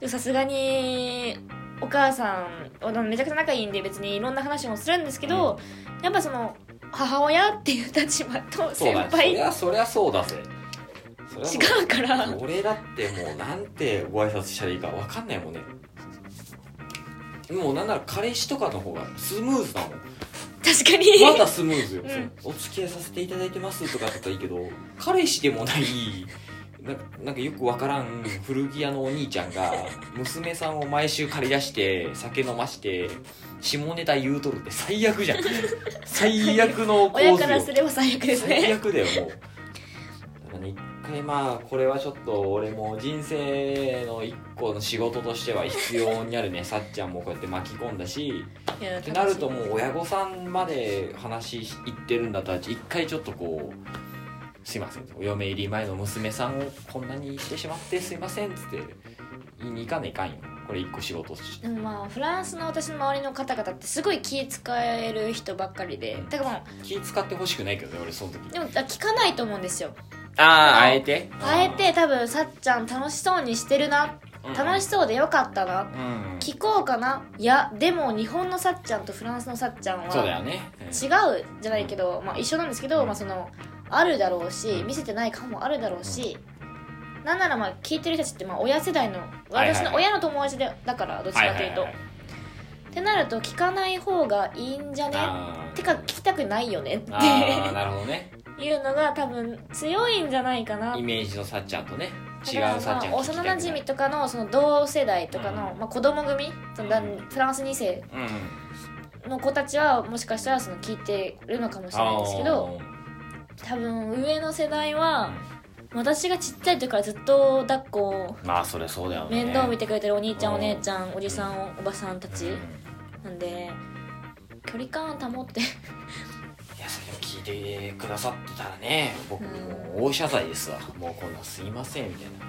[SPEAKER 2] でもさすがにお母さんあのめちゃくちゃ仲いいんで別にいろんな話もするんですけど、やっぱその母親っていう立場と
[SPEAKER 1] そう
[SPEAKER 2] 先
[SPEAKER 1] だ
[SPEAKER 2] 輩
[SPEAKER 1] そりゃそりゃそうだぜそりゃそうだ
[SPEAKER 2] 違うから
[SPEAKER 1] 俺だってもうなんてご挨拶したらいいかわかんないもんねもうなんなら彼氏とかの方がスムーズだもん
[SPEAKER 2] 確かに、
[SPEAKER 1] まだスムーズよ、
[SPEAKER 2] うん
[SPEAKER 1] そのお付き合いさせていただいてますとかだったらいいけど彼氏でもないなんかなんかよくわからん古着屋のお兄ちゃんが娘さんを毎週借り出して酒飲まして下ネタ言うとるって最悪 じゃん最悪の構図よ
[SPEAKER 2] 親からすれば最悪です
[SPEAKER 1] 最
[SPEAKER 2] ね
[SPEAKER 1] 悪だよもうだから一回まあこれはちょっと俺も人生の一個の仕事としては必要になるねさっちゃんもこうやって巻き込んだし
[SPEAKER 2] いや
[SPEAKER 1] ってなるともう親御さんまで話し行ってるんだったら一回ちょっとこう「すいません」お嫁入り前の娘さんをこんなにしてしまってすいませんっつって言いに行かねいかんよこれ一個仕事として
[SPEAKER 2] でもまあフランスの私の周りの方々ってすごい気使える人ばっかりでだからも
[SPEAKER 1] 気使ってほしくないけどね俺その時
[SPEAKER 2] うでもあ聞かないと思うんですよ
[SPEAKER 1] あ
[SPEAKER 2] ー
[SPEAKER 1] あえて
[SPEAKER 2] あえて多分さっちゃん楽しそうにしてるな楽しそうでよかったな
[SPEAKER 1] うん
[SPEAKER 2] 聞こうかないやでも日本のさっちゃんとフランスのさっちゃん
[SPEAKER 1] そうだ
[SPEAKER 2] は
[SPEAKER 1] よねうん
[SPEAKER 2] 違うじゃないけど、まあ、一緒なんですけど、まあ、そのあるだろうし見せてない感もあるだろうし、なんならまあ聞いてる人たちってまあ親世代の
[SPEAKER 1] はいはい
[SPEAKER 2] 私の親の友達でだからどっちかというと、
[SPEAKER 1] ははは
[SPEAKER 2] ってなると聞かない方がいいんじゃね
[SPEAKER 1] あー
[SPEAKER 2] てか聞きたくないよねっ
[SPEAKER 1] あー
[SPEAKER 2] て
[SPEAKER 1] なるほどね
[SPEAKER 2] いうのが多分強いんじゃないかな
[SPEAKER 1] イメージのさっちゃんとね違
[SPEAKER 2] だから
[SPEAKER 1] うさっちゃん
[SPEAKER 2] まあ
[SPEAKER 1] 聞きた
[SPEAKER 2] 幼
[SPEAKER 1] くな
[SPEAKER 2] ないじみとかのその同世代とかの、
[SPEAKER 1] う
[SPEAKER 2] まあ、子供組そのだ
[SPEAKER 1] うん
[SPEAKER 2] フランス2世
[SPEAKER 1] うん
[SPEAKER 2] の子たちはもしかしたらその聞いてるのかもしれないですけど多分上の世代は私がちっちゃい時からずっと抱っこを
[SPEAKER 1] まあそりゃそうだよね
[SPEAKER 2] 面倒見てくれてるお兄ちゃ
[SPEAKER 1] う
[SPEAKER 2] ん
[SPEAKER 1] ん
[SPEAKER 2] お姉ちゃんおじさんおばさんたち
[SPEAKER 1] うんい
[SPEAKER 2] なんで距離感保って
[SPEAKER 1] やそれを聞いてくださってたらね僕もう大謝罪ですわもうこんなすいませんみたいな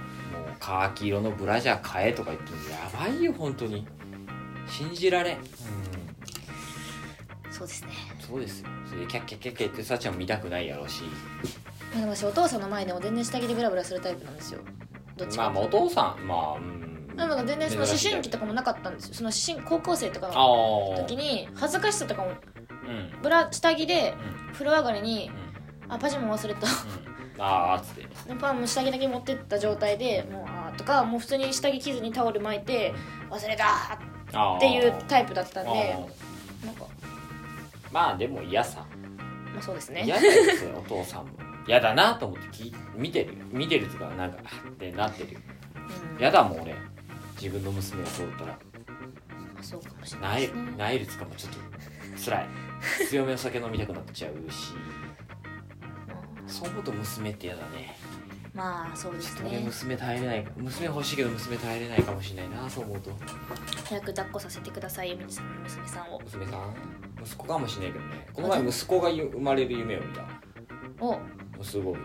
[SPEAKER 1] もうカーキ色のブラジャー買えとか言ってもやばいよ本当に信じられん、うん、
[SPEAKER 2] そうですね
[SPEAKER 1] そうですよそれでキャッキャッキャッキャ言ってさっちゃんも見たくないやろうし
[SPEAKER 2] まあでも私お父さんの前でも全然下着でブラブラするタイプなんですよどっち
[SPEAKER 1] まあ
[SPEAKER 2] か
[SPEAKER 1] まあお父さんまあうん
[SPEAKER 2] なのが全然その思
[SPEAKER 1] 珍しい
[SPEAKER 2] 春期とかもなかったんですよその思春高校生とか
[SPEAKER 1] あ
[SPEAKER 2] の
[SPEAKER 1] あ
[SPEAKER 2] 時に恥ずかしさとか
[SPEAKER 1] う
[SPEAKER 2] も
[SPEAKER 1] んうん
[SPEAKER 2] ブラ下着で風呂上がりにあパジャマ忘れた
[SPEAKER 1] うんああつって
[SPEAKER 2] でパンも下着だけ持ってった状態でもうあーとかもう普通に下着着ずにタオル巻いて忘れた
[SPEAKER 1] あー
[SPEAKER 2] っていうタイプだったんで
[SPEAKER 1] あー
[SPEAKER 2] なんか
[SPEAKER 1] まあでも嫌さ
[SPEAKER 2] まあそうですね
[SPEAKER 1] 嫌ですよお父さんも嫌だなと思って聞い見てるよ見てるとかなんかあってなってるよ
[SPEAKER 2] うん
[SPEAKER 1] 嫌だもん俺自分の娘がそうだったら
[SPEAKER 2] まあそうかもしれな
[SPEAKER 1] ナ
[SPEAKER 2] い
[SPEAKER 1] イ
[SPEAKER 2] です
[SPEAKER 1] ル
[SPEAKER 2] ね
[SPEAKER 1] ナイルつかもちょっと辛い強めの酒飲みたくなっちゃうしそう思うと娘って嫌だね
[SPEAKER 2] まあそうで
[SPEAKER 1] ちょっ
[SPEAKER 2] す
[SPEAKER 1] と俺
[SPEAKER 2] ね
[SPEAKER 1] 娘耐えれない娘欲しいけど娘耐えれないかもしれないなそう思うと
[SPEAKER 2] 早く抱っこさせてくださいゆみさんの娘さんを
[SPEAKER 1] 娘さん息子かもしれないけどねこの前息子が生まれる夢を見たも
[SPEAKER 2] お
[SPEAKER 1] うすごい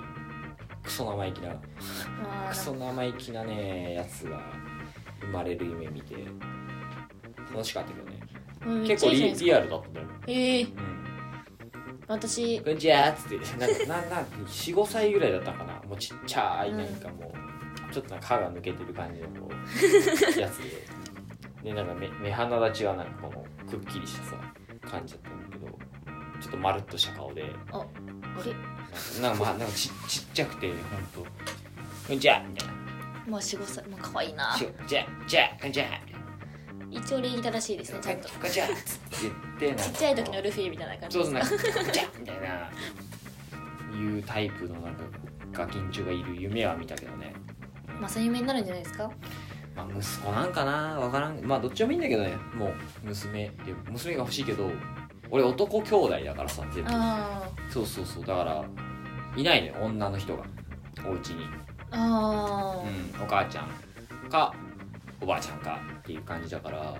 [SPEAKER 1] クソ生意気な
[SPEAKER 2] まあ
[SPEAKER 1] クソ生意気なねやつが生まれる夢見て楽しかったけどね
[SPEAKER 2] うんめっ
[SPEAKER 1] 結
[SPEAKER 2] ちゃ
[SPEAKER 1] 構
[SPEAKER 2] いいじ
[SPEAKER 1] リ
[SPEAKER 2] ゃないですか
[SPEAKER 1] リアルだったんだよ、
[SPEAKER 2] ええ
[SPEAKER 1] うん、
[SPEAKER 2] 私
[SPEAKER 1] こんにちはっつってなんかなんなん45歳ぐらいだったかなもうちっちゃい
[SPEAKER 2] うん
[SPEAKER 1] なんかもうちょっとなんか歯が抜けてる感じのこ うやつででなんか目目鼻立ちがなんかこのくっきりしたさ感じだったんだけどちょっとまるっとした顔で
[SPEAKER 2] ああれ
[SPEAKER 1] なんかなんかまあなんかちちっちゃくてほんと「こんにちは」みたいな
[SPEAKER 2] まあ45歳まあ可愛いな
[SPEAKER 1] し「じゃじゃこんにちは」
[SPEAKER 2] 一応礼儀正しいですねちゃんとち
[SPEAKER 1] ガチャッつって言って
[SPEAKER 2] っちゃい時のルフィみたいな感じ
[SPEAKER 1] そうですねガチャッみたいないうタイプのなんかガキンチョがいる夢は見たけどね
[SPEAKER 2] まあそういう夢になるんじゃないですか
[SPEAKER 1] まあ息子なんかなわからんまあどっちでもいいんだけどねもう娘で娘が欲しいけど俺男兄弟だからさ全部
[SPEAKER 2] あ
[SPEAKER 1] そうそうそうだからいないね女の人がお家に、
[SPEAKER 2] ああ
[SPEAKER 1] うん、お母ちゃんかおばあちゃんかっていう感じだから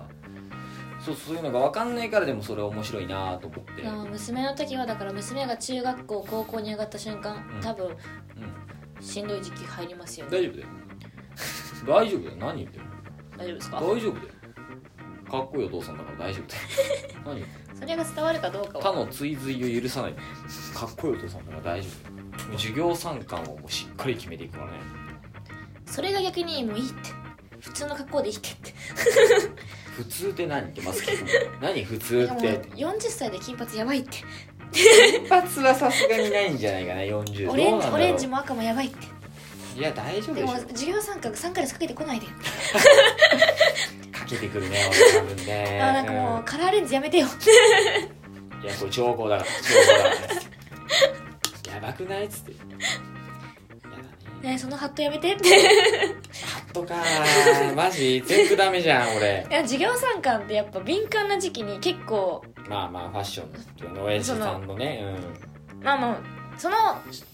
[SPEAKER 1] そうそういうのが分かんないからでもそれ面白いなと思って
[SPEAKER 2] あ、娘の時はだから娘が中学校高校に上がった瞬間、
[SPEAKER 1] うん
[SPEAKER 2] 多分
[SPEAKER 1] うん
[SPEAKER 2] しんどい時期入りますよね
[SPEAKER 1] 大丈夫だよ大丈夫だよ何言ってる
[SPEAKER 2] 大丈夫ですか
[SPEAKER 1] 大丈夫だよかっこいいお父さんだから大丈 夫だよ何言ってる
[SPEAKER 2] それが伝わるかどうか
[SPEAKER 1] 他
[SPEAKER 2] は
[SPEAKER 1] の追随を許さないかっこいいお父さんだから大丈夫だよもう授業参観をもうしっかり決めていくからね
[SPEAKER 2] それが逆にもういいって普通の格好でいいってって
[SPEAKER 1] 普通って何ってますけ ど何普通
[SPEAKER 2] で
[SPEAKER 1] っ
[SPEAKER 2] も
[SPEAKER 1] て
[SPEAKER 2] 40歳で金髪やばいって
[SPEAKER 1] 金髪はさすがにないんじゃないかな40
[SPEAKER 2] オレンジ
[SPEAKER 1] どうなんだろう
[SPEAKER 2] オレンジも赤もやばいって
[SPEAKER 1] いや大丈夫
[SPEAKER 2] で
[SPEAKER 1] でし
[SPEAKER 2] も
[SPEAKER 1] ょ
[SPEAKER 2] 授業参加3ヶ月かけてこないで、
[SPEAKER 1] かけてくるね俺多分ね
[SPEAKER 2] あなんかもうカラーレンズやめてよ
[SPEAKER 1] うんいやこれ兆候だから兆候だからやばくないっつってやだね
[SPEAKER 2] ねそのハットやめてっ て
[SPEAKER 1] ハットかーマジ全部ダメじゃん俺
[SPEAKER 2] いや授業参観ってやっぱ敏感な時期に結構
[SPEAKER 1] まあまあファッションの親父さんのね
[SPEAKER 2] まあまあその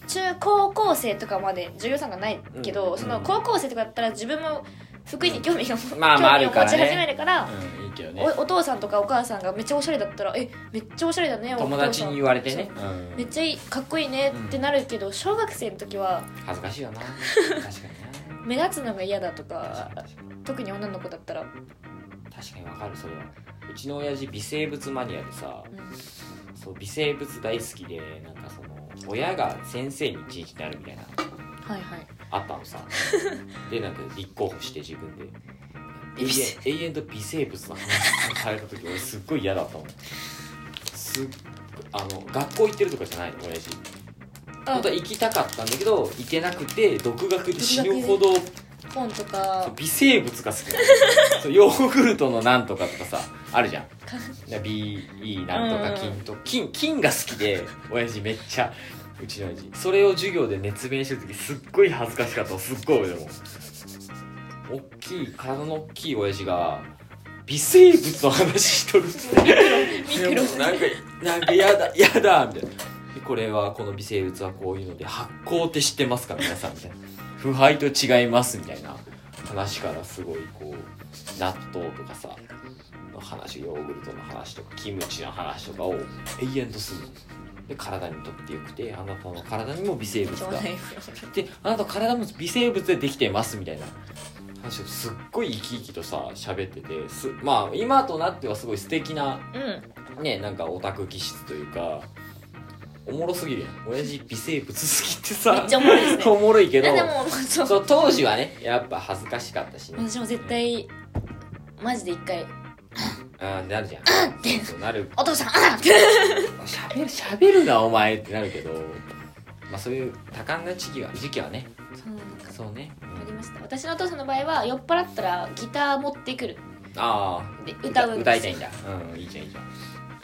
[SPEAKER 2] 中高校生とかまで授業参観ないけど、
[SPEAKER 1] うん
[SPEAKER 2] その高校生とかだったら自分も服に興味が、
[SPEAKER 1] まあまあ
[SPEAKER 2] 興味を
[SPEAKER 1] あるからね
[SPEAKER 2] 持ち始めるから
[SPEAKER 1] うん、うん、いいけどね
[SPEAKER 2] おお父さんとかお母さんがめっちゃおしゃれだったら「えめっちゃおしゃれだねお
[SPEAKER 1] 友達に言われてね
[SPEAKER 2] お、父さん
[SPEAKER 1] うん
[SPEAKER 2] めっちゃいいかっこいいね」ってなるけど、小学生の時は
[SPEAKER 1] 恥ずかしいよな確かにな
[SPEAKER 2] 目立つのが嫌だと
[SPEAKER 1] 確
[SPEAKER 2] か
[SPEAKER 1] かに確かに
[SPEAKER 2] 特に女の子だったら、うん
[SPEAKER 1] 確かにわかるそれはうちの親父微生物マニアでさそう微生物大好きでなんかその親が先生に一日になるみたいな
[SPEAKER 2] はいはい
[SPEAKER 1] あったの さでなんか立候補して自分で永
[SPEAKER 2] 微
[SPEAKER 1] 遠
[SPEAKER 2] 生
[SPEAKER 1] 永遠と微生物の話された時俺すっごい嫌だったもんすっあの学校行ってるとかじゃないの親父
[SPEAKER 2] あ
[SPEAKER 1] 本当は行きたかったんだけど行けなくて独学で死ぬほど
[SPEAKER 2] 本とか
[SPEAKER 1] 微生物が好きな のそうヨーグルトのなんとかとかさあるじゃん
[SPEAKER 2] か
[SPEAKER 1] BE なんと
[SPEAKER 2] う
[SPEAKER 1] か
[SPEAKER 2] ん
[SPEAKER 1] 菌と菌菌が好きで親父めっちゃうちの親父それを授業で熱弁してる時すっごい恥ずかしかったのすっごいでも大きい体の大きい親父が微生物の話しとるっつって
[SPEAKER 2] ミクロ
[SPEAKER 1] なんかなんかやだやだみたいなでこれはこの微生物はこういうので発酵って知ってますか皆さんみたいな腐敗と違いますみたいな話からすごいこう納豆とかさの話ヨーグルトの話とかキムチの話とかを永遠とするので体にとってよくてあなたの体にも微生物
[SPEAKER 2] ちょう
[SPEAKER 1] が
[SPEAKER 2] だいフローラ
[SPEAKER 1] であなた体も微生物でできてますみたいな話をすっごい生き生きとさ喋っててすまあ今となってはすごい素敵な
[SPEAKER 2] うん
[SPEAKER 1] ねなんかオタク気質というかおもろすぎるやん親父微生物好きってさ
[SPEAKER 2] めっちゃおもろい ですね
[SPEAKER 1] おもろいけ
[SPEAKER 2] い
[SPEAKER 1] ど
[SPEAKER 2] やでもそう
[SPEAKER 1] そう当時はねやっぱ恥ずかしかったしね
[SPEAKER 2] 私も絶対マジで一回
[SPEAKER 1] あーなるじゃん
[SPEAKER 2] て
[SPEAKER 1] そうなる
[SPEAKER 2] 「お父さんあっ!」って
[SPEAKER 1] しゃべるしゃべるなお前ってなるけどまあそういう多感な時期は時期はね
[SPEAKER 2] そうなんか
[SPEAKER 1] そうね、うん
[SPEAKER 2] ありました私のお父さんの場合は酔っ払ったらギター持ってくる
[SPEAKER 1] あ
[SPEAKER 2] で
[SPEAKER 1] あ
[SPEAKER 2] 歌うんです
[SPEAKER 1] 歌いたいんだうんいいじゃんいいじゃん
[SPEAKER 2] ま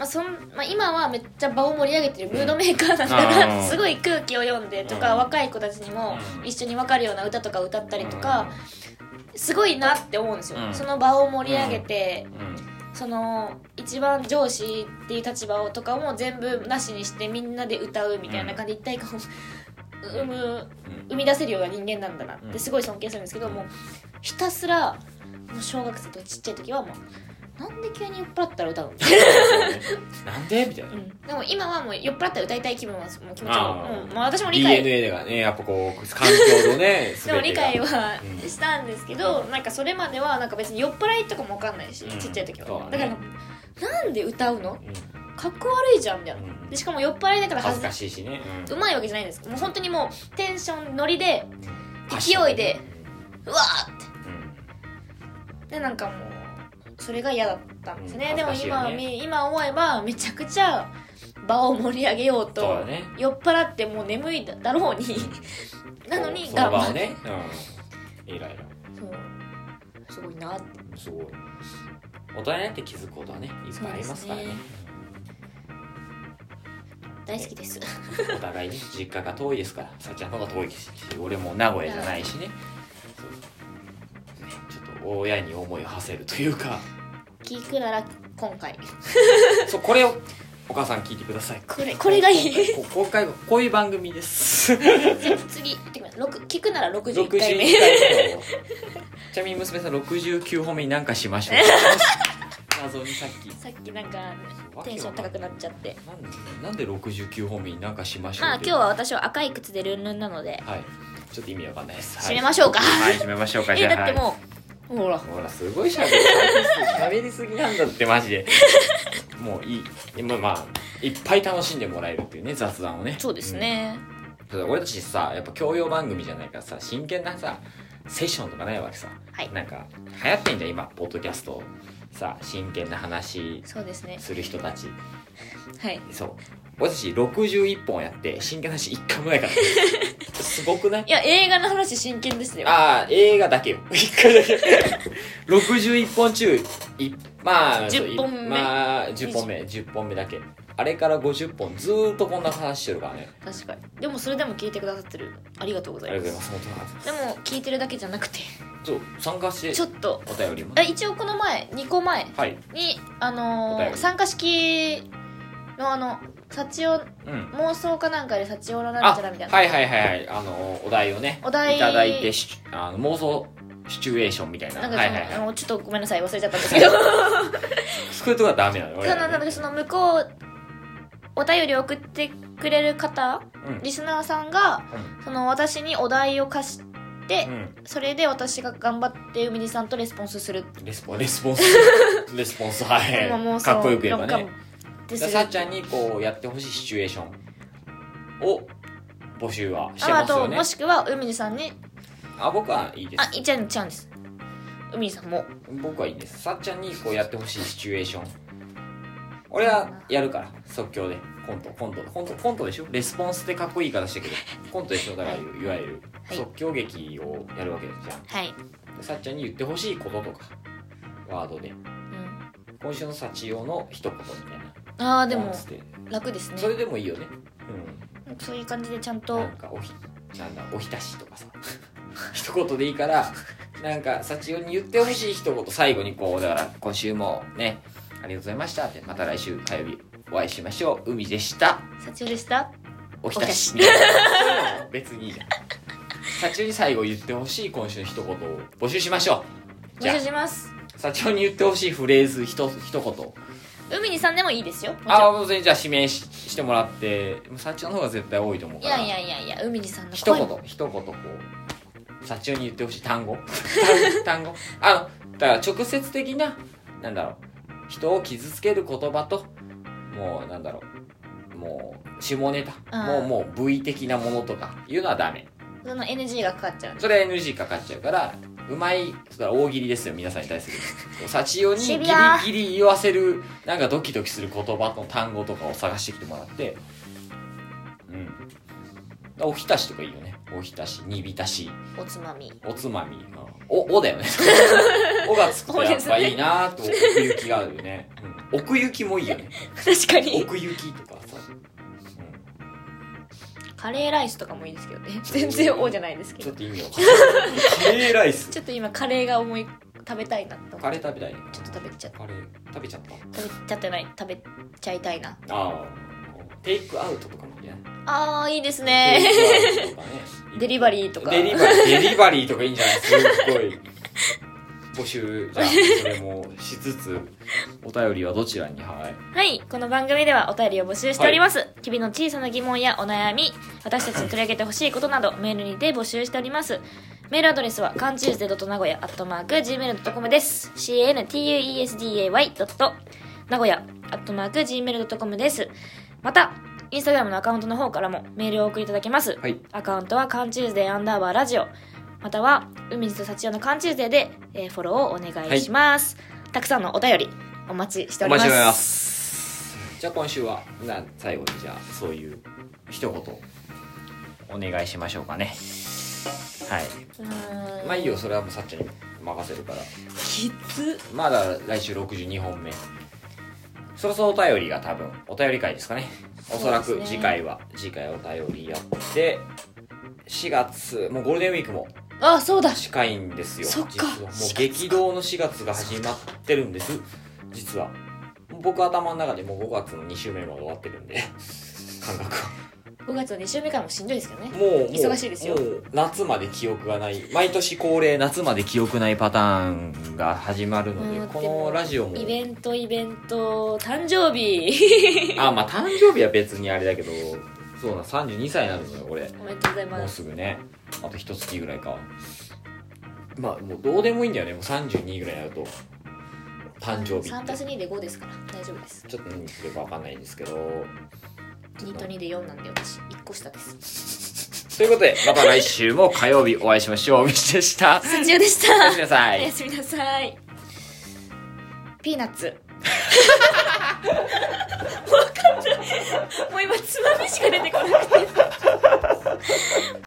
[SPEAKER 2] あそんまあ、今はめっちゃ場を盛り上げてるムードメーカーだか
[SPEAKER 1] う
[SPEAKER 2] ら、
[SPEAKER 1] ん
[SPEAKER 2] すごい空気を読んでとか、
[SPEAKER 1] うん
[SPEAKER 2] 若い子たちにも
[SPEAKER 1] うん
[SPEAKER 2] 一緒に分かるような歌とか歌ったりとか、すごいなって思うんですよ、
[SPEAKER 1] うん
[SPEAKER 2] その場を盛り上げて、
[SPEAKER 1] うん、うん
[SPEAKER 2] その一番上司っていう立場をとかも全部なしにしてみんなで歌うみたいな感じで一体感を生む生み出せるような人間なんだなってすごい尊敬するんですけど、
[SPEAKER 1] うん
[SPEAKER 2] もうひたすらもう小学生とかちっちゃい時はもうなんで急に酔っ払ったら歌うの
[SPEAKER 1] なんでみたいな
[SPEAKER 2] でも今はもう酔っ払ったら歌いたい気分はもう気持ち
[SPEAKER 1] あ
[SPEAKER 2] も
[SPEAKER 1] ー、
[SPEAKER 2] うんまあ、私も理解
[SPEAKER 1] DNA がねやっぱこう環境の ね
[SPEAKER 2] でも理解
[SPEAKER 1] を
[SPEAKER 2] は
[SPEAKER 1] うん
[SPEAKER 2] したんですけど、なんかそれまではなんか別に酔っ払いとかも分かんないし、
[SPEAKER 1] うん
[SPEAKER 2] ちっちゃい時
[SPEAKER 1] そう
[SPEAKER 2] は
[SPEAKER 1] だ
[SPEAKER 2] だ
[SPEAKER 1] ね
[SPEAKER 2] からなんで歌うのかっこ悪いじゃんみたいなでしかも酔っ払いだから
[SPEAKER 1] 恥ずか
[SPEAKER 2] し
[SPEAKER 1] しいしね、
[SPEAKER 2] うまいわけじゃないんですもう本当にもうテンションノリで
[SPEAKER 1] パッション
[SPEAKER 2] 勢いでうわーっ
[SPEAKER 1] うん
[SPEAKER 2] てでなんかもうそれが嫌だったんですね,、
[SPEAKER 1] うん
[SPEAKER 2] でも
[SPEAKER 1] 恥ずかしいよ
[SPEAKER 2] 今
[SPEAKER 1] ね
[SPEAKER 2] み今思えばめちゃくちゃ場を盛り上げようと
[SPEAKER 1] そうだね
[SPEAKER 2] 酔っ払ってもう眠いだだろうに なのに
[SPEAKER 1] その
[SPEAKER 2] 頑張
[SPEAKER 1] 場を
[SPEAKER 2] って
[SPEAKER 1] ねうんイライ
[SPEAKER 2] そうすごいなって
[SPEAKER 1] ラすごい大人になって気づくことはねいっぱいありますからね
[SPEAKER 2] そう大好きです
[SPEAKER 1] お互いね実家が遠いですからさっちゃんの方が遠いし俺も名古屋じゃないしねそうねちょっと親に思いを馳せるというか
[SPEAKER 2] 聞くなら今 回
[SPEAKER 1] そうこれをお母さん聞いてください
[SPEAKER 2] これこれがいい
[SPEAKER 1] こ公開後こういう番組です
[SPEAKER 2] 次行ってみようろく聞くなら
[SPEAKER 1] 61
[SPEAKER 2] 61
[SPEAKER 1] 回
[SPEAKER 2] 回
[SPEAKER 1] 目
[SPEAKER 2] 目
[SPEAKER 1] ちなみに娘さん69本目に何かしましょう謎にさっき
[SPEAKER 2] さっきなんかテンション高くなっちゃって
[SPEAKER 1] なんでなんで69本目に何かしましょう
[SPEAKER 2] ま
[SPEAKER 1] っ
[SPEAKER 2] あ今
[SPEAKER 1] て
[SPEAKER 2] 日は私は赤い靴でルンルンなので
[SPEAKER 1] はいちょっと意味わかんないです
[SPEAKER 2] 締めましょうか
[SPEAKER 1] はい、締めましょうか
[SPEAKER 2] え
[SPEAKER 1] じゃあ
[SPEAKER 2] だっ てもうほら
[SPEAKER 1] はいほらすごい喋る喋りすぎなんだってマジでもういいでもまあいっぱい楽しんでもらえるっていうね雑談をね
[SPEAKER 2] そうですね、
[SPEAKER 1] ただ俺たちさやっぱ教養番組じゃないからさ真剣なさセッションとかないわけさ、
[SPEAKER 2] はい
[SPEAKER 1] なんか流行ってんじゃん今ポッドキャストさ真剣な話
[SPEAKER 2] そうですね
[SPEAKER 1] する人たち
[SPEAKER 2] はい
[SPEAKER 1] そう俺たち61本やって真剣な話1回もないから すごくない
[SPEAKER 2] いや映画の話真剣ですよ
[SPEAKER 1] ああ映画だけよ1回だけ61本中いまあそう
[SPEAKER 2] 10本目
[SPEAKER 1] まあ、10本目10本目だけあれから50本ずーっとこんな話してるからね
[SPEAKER 2] 確かにでもそれでも聞いてくださってるありがとうご
[SPEAKER 1] あ
[SPEAKER 2] ざ
[SPEAKER 1] り
[SPEAKER 2] い
[SPEAKER 1] が
[SPEAKER 2] ま
[SPEAKER 1] とう
[SPEAKER 2] す
[SPEAKER 1] ございます本当にありがとうございます
[SPEAKER 2] でも聞いてるだけじゃなくて
[SPEAKER 1] そう参加して
[SPEAKER 2] ちょっと
[SPEAKER 1] お便りも
[SPEAKER 2] あ一応この前2個前
[SPEAKER 1] はい
[SPEAKER 2] にあの
[SPEAKER 1] お便
[SPEAKER 2] ー
[SPEAKER 1] り
[SPEAKER 2] 参加式のあの幸男
[SPEAKER 1] うん
[SPEAKER 2] 妄想かなんかで幸男のなん
[SPEAKER 1] あ
[SPEAKER 2] ちゃらみたいな、
[SPEAKER 1] はいはいはいはいあのお題をね
[SPEAKER 2] お題
[SPEAKER 1] いただいてしあの妄想シチュエーションみたいな
[SPEAKER 2] なんか
[SPEAKER 1] は
[SPEAKER 2] そ
[SPEAKER 1] い
[SPEAKER 2] の、
[SPEAKER 1] はい
[SPEAKER 2] あ
[SPEAKER 1] はい
[SPEAKER 2] のちょっとごめんなさい忘れちゃったんですけどそう
[SPEAKER 1] そういうとこはダメなの俺ら
[SPEAKER 2] な
[SPEAKER 1] ね
[SPEAKER 2] んなんか その向こうお便り送ってくれる方
[SPEAKER 1] うん
[SPEAKER 2] リスナーさんがその私にお題を貸して、
[SPEAKER 1] うんうん
[SPEAKER 2] それで私が頑張って海にさんとレスポンスする
[SPEAKER 1] レスポンレスポン スレスポンスは
[SPEAKER 2] まあもう
[SPEAKER 1] い
[SPEAKER 2] その
[SPEAKER 1] かっこよく言えばね
[SPEAKER 2] で
[SPEAKER 1] だ
[SPEAKER 2] す
[SPEAKER 1] からさ
[SPEAKER 2] る
[SPEAKER 1] っちゃんにこうやってほしいシチュエーションを募集はして
[SPEAKER 2] ああ
[SPEAKER 1] ます
[SPEAKER 2] と
[SPEAKER 1] よね
[SPEAKER 2] もしくは海にさんに
[SPEAKER 1] あ僕はいいで
[SPEAKER 2] あ
[SPEAKER 1] す
[SPEAKER 2] いちゃんちゃうんです海にさんも
[SPEAKER 1] 僕はいいですさっちゃんにこうやってほしいシチュエーション俺はやるから即興でコントコントコントコントでしょレスポンスってかっこいい言い方してくるコントでしょだからいわゆる
[SPEAKER 2] はい
[SPEAKER 1] 即興劇をやるわけじゃん
[SPEAKER 2] はい、
[SPEAKER 1] でさっちゃんに言ってほしいこととかワードで
[SPEAKER 2] うん、
[SPEAKER 1] 今週の幸用の一言みたいな
[SPEAKER 2] ああで
[SPEAKER 1] ポン
[SPEAKER 2] も
[SPEAKER 1] っつって
[SPEAKER 2] 楽ですね
[SPEAKER 1] それでもいいよねうん
[SPEAKER 2] そういう感じでちゃんと
[SPEAKER 1] なんかおひなんだおひたしとかさ 一言でいいからなんか幸男に言ってほしい一言最後にこうだから今週もねありがとうございましたってまた来週火曜日お会いしましょう海でした
[SPEAKER 2] 幸代でした
[SPEAKER 1] おひたし
[SPEAKER 2] お
[SPEAKER 1] みたいなそういうのも別にいいじゃん幸男に最後言ってほしい今週の一言を募集しましょうじ
[SPEAKER 2] 募
[SPEAKER 1] ゃ
[SPEAKER 2] 集します
[SPEAKER 1] あ幸男に言ってほしいフレーズ一つ一言
[SPEAKER 2] 海にさんでもいいですよもちろん
[SPEAKER 1] ああ別にじゃあ指名ししてもらって幸男の方が絶対多いと思う
[SPEAKER 2] い
[SPEAKER 1] から
[SPEAKER 2] やいやいやいや海にさんの
[SPEAKER 1] 一
[SPEAKER 2] 声
[SPEAKER 1] 言一言こう社長に言ってほしい単語単語あのだから直接的ななんだろう人を傷つける言葉ともうなんだろうもう下ネタ
[SPEAKER 2] うん
[SPEAKER 1] もうもう部位的なものとかいうのはダメ
[SPEAKER 2] その NG がかかっちゃう
[SPEAKER 1] それは NG かかっちゃうからうまいそれは大喜利ですよ皆さんに対する幸男にギリ
[SPEAKER 2] シビア
[SPEAKER 1] ギリ言わせるなんかドキドキする言葉の単語とかを探してきてもらってうんおひたしとかいいよねおひたし煮浸し
[SPEAKER 2] おつ まみ
[SPEAKER 1] おつまみおおだよね おがつくとやっぱいいなと奥行きがあるよね、うん奥行きもいいよね
[SPEAKER 2] 確かに
[SPEAKER 1] 奥行きとかさ、うん
[SPEAKER 2] カレーライスとかもいいですけどね全然王じゃないですけ
[SPEAKER 1] ちょ
[SPEAKER 2] ど
[SPEAKER 1] っと意味わかん ないカレーライス
[SPEAKER 2] ちょっと今カレーが思い食べたいなと
[SPEAKER 1] カレー食べたい
[SPEAKER 2] ちょっと食べちゃ
[SPEAKER 1] カレー食べちゃった
[SPEAKER 2] 食べちゃってない食べちゃいたいな
[SPEAKER 1] ああテイクアウトとかもいいね
[SPEAKER 2] あーいいです
[SPEAKER 1] テ
[SPEAKER 2] ね
[SPEAKER 1] イクアウトとかね
[SPEAKER 2] デリバリーとか
[SPEAKER 1] デリバリーデリバリーとかいいんじゃないすっごい募集じゃあそれもしつつお便りはどちらにはい
[SPEAKER 2] はいこの番組ではお便りを募集しております、日々の小さな疑問やお悩み私たちに取り上げてほしいことなどメールにて募集しておりますメールアドレスは c a n t u e s d a y n a g o y a g m a i l c o m です cantuesday.nagoya.gmail.com ですまたインスタグラムのアカウントの方からもメールをお送りいただけます、
[SPEAKER 1] はい
[SPEAKER 2] アカウントは cantuesday アンダーバーラジオまたは海地と幸代の cantuesday で、えーフォローをお願いします、たくさんのお便りお待ちしております
[SPEAKER 1] すじゃあ今週はな最後にじゃあそういう一言お願いしましょうかねはいまあいいよそれはもうさっちゃんに任せるから
[SPEAKER 2] きつ
[SPEAKER 1] まだ来週62本目そろそろお便りが多分お便り会ですかねおそら
[SPEAKER 2] そう
[SPEAKER 1] く
[SPEAKER 2] ですね
[SPEAKER 1] 次回は、次回お便りやって4月もうゴールデンウィークも
[SPEAKER 2] あそうだ
[SPEAKER 1] 近いんですよ
[SPEAKER 2] そっか
[SPEAKER 1] 実はもう
[SPEAKER 2] 4月か
[SPEAKER 1] 激動の4月が始まってるんです実は僕頭の中でもう5月の2週目まで終わってるんで 感覚は
[SPEAKER 2] 5月の2週目からもしんどいですけどね
[SPEAKER 1] もうもう
[SPEAKER 2] 忙しいですよ
[SPEAKER 1] もう夏まで記憶がない毎年恒例夏まで記憶ないパターンが始まるので
[SPEAKER 2] うん
[SPEAKER 1] このラジオも
[SPEAKER 2] イベントイベント誕 生日
[SPEAKER 1] あまあ誕生日は別にあれだけどそうな32歳になるのよ俺
[SPEAKER 2] おめでとうござい
[SPEAKER 1] も
[SPEAKER 2] ま
[SPEAKER 1] う
[SPEAKER 2] す
[SPEAKER 1] すぐねあと一月ぐらいかまあもうどうでもいいんだよねもう32ぐらいになると誕生日
[SPEAKER 2] 3
[SPEAKER 1] っ
[SPEAKER 2] 足
[SPEAKER 1] て
[SPEAKER 2] す2で5ですから大丈夫です
[SPEAKER 1] ちょっと何するか分かんないんですけど
[SPEAKER 2] 2と2で4なんで私1個下です
[SPEAKER 1] ということでまた来週も火曜日お会いしましょうおみちでした
[SPEAKER 2] 途中でし
[SPEAKER 1] お
[SPEAKER 2] た
[SPEAKER 1] や すみなさ
[SPEAKER 2] お
[SPEAKER 1] い
[SPEAKER 2] やすみなさいピーナッツわかんないもう今つまみしか出てこない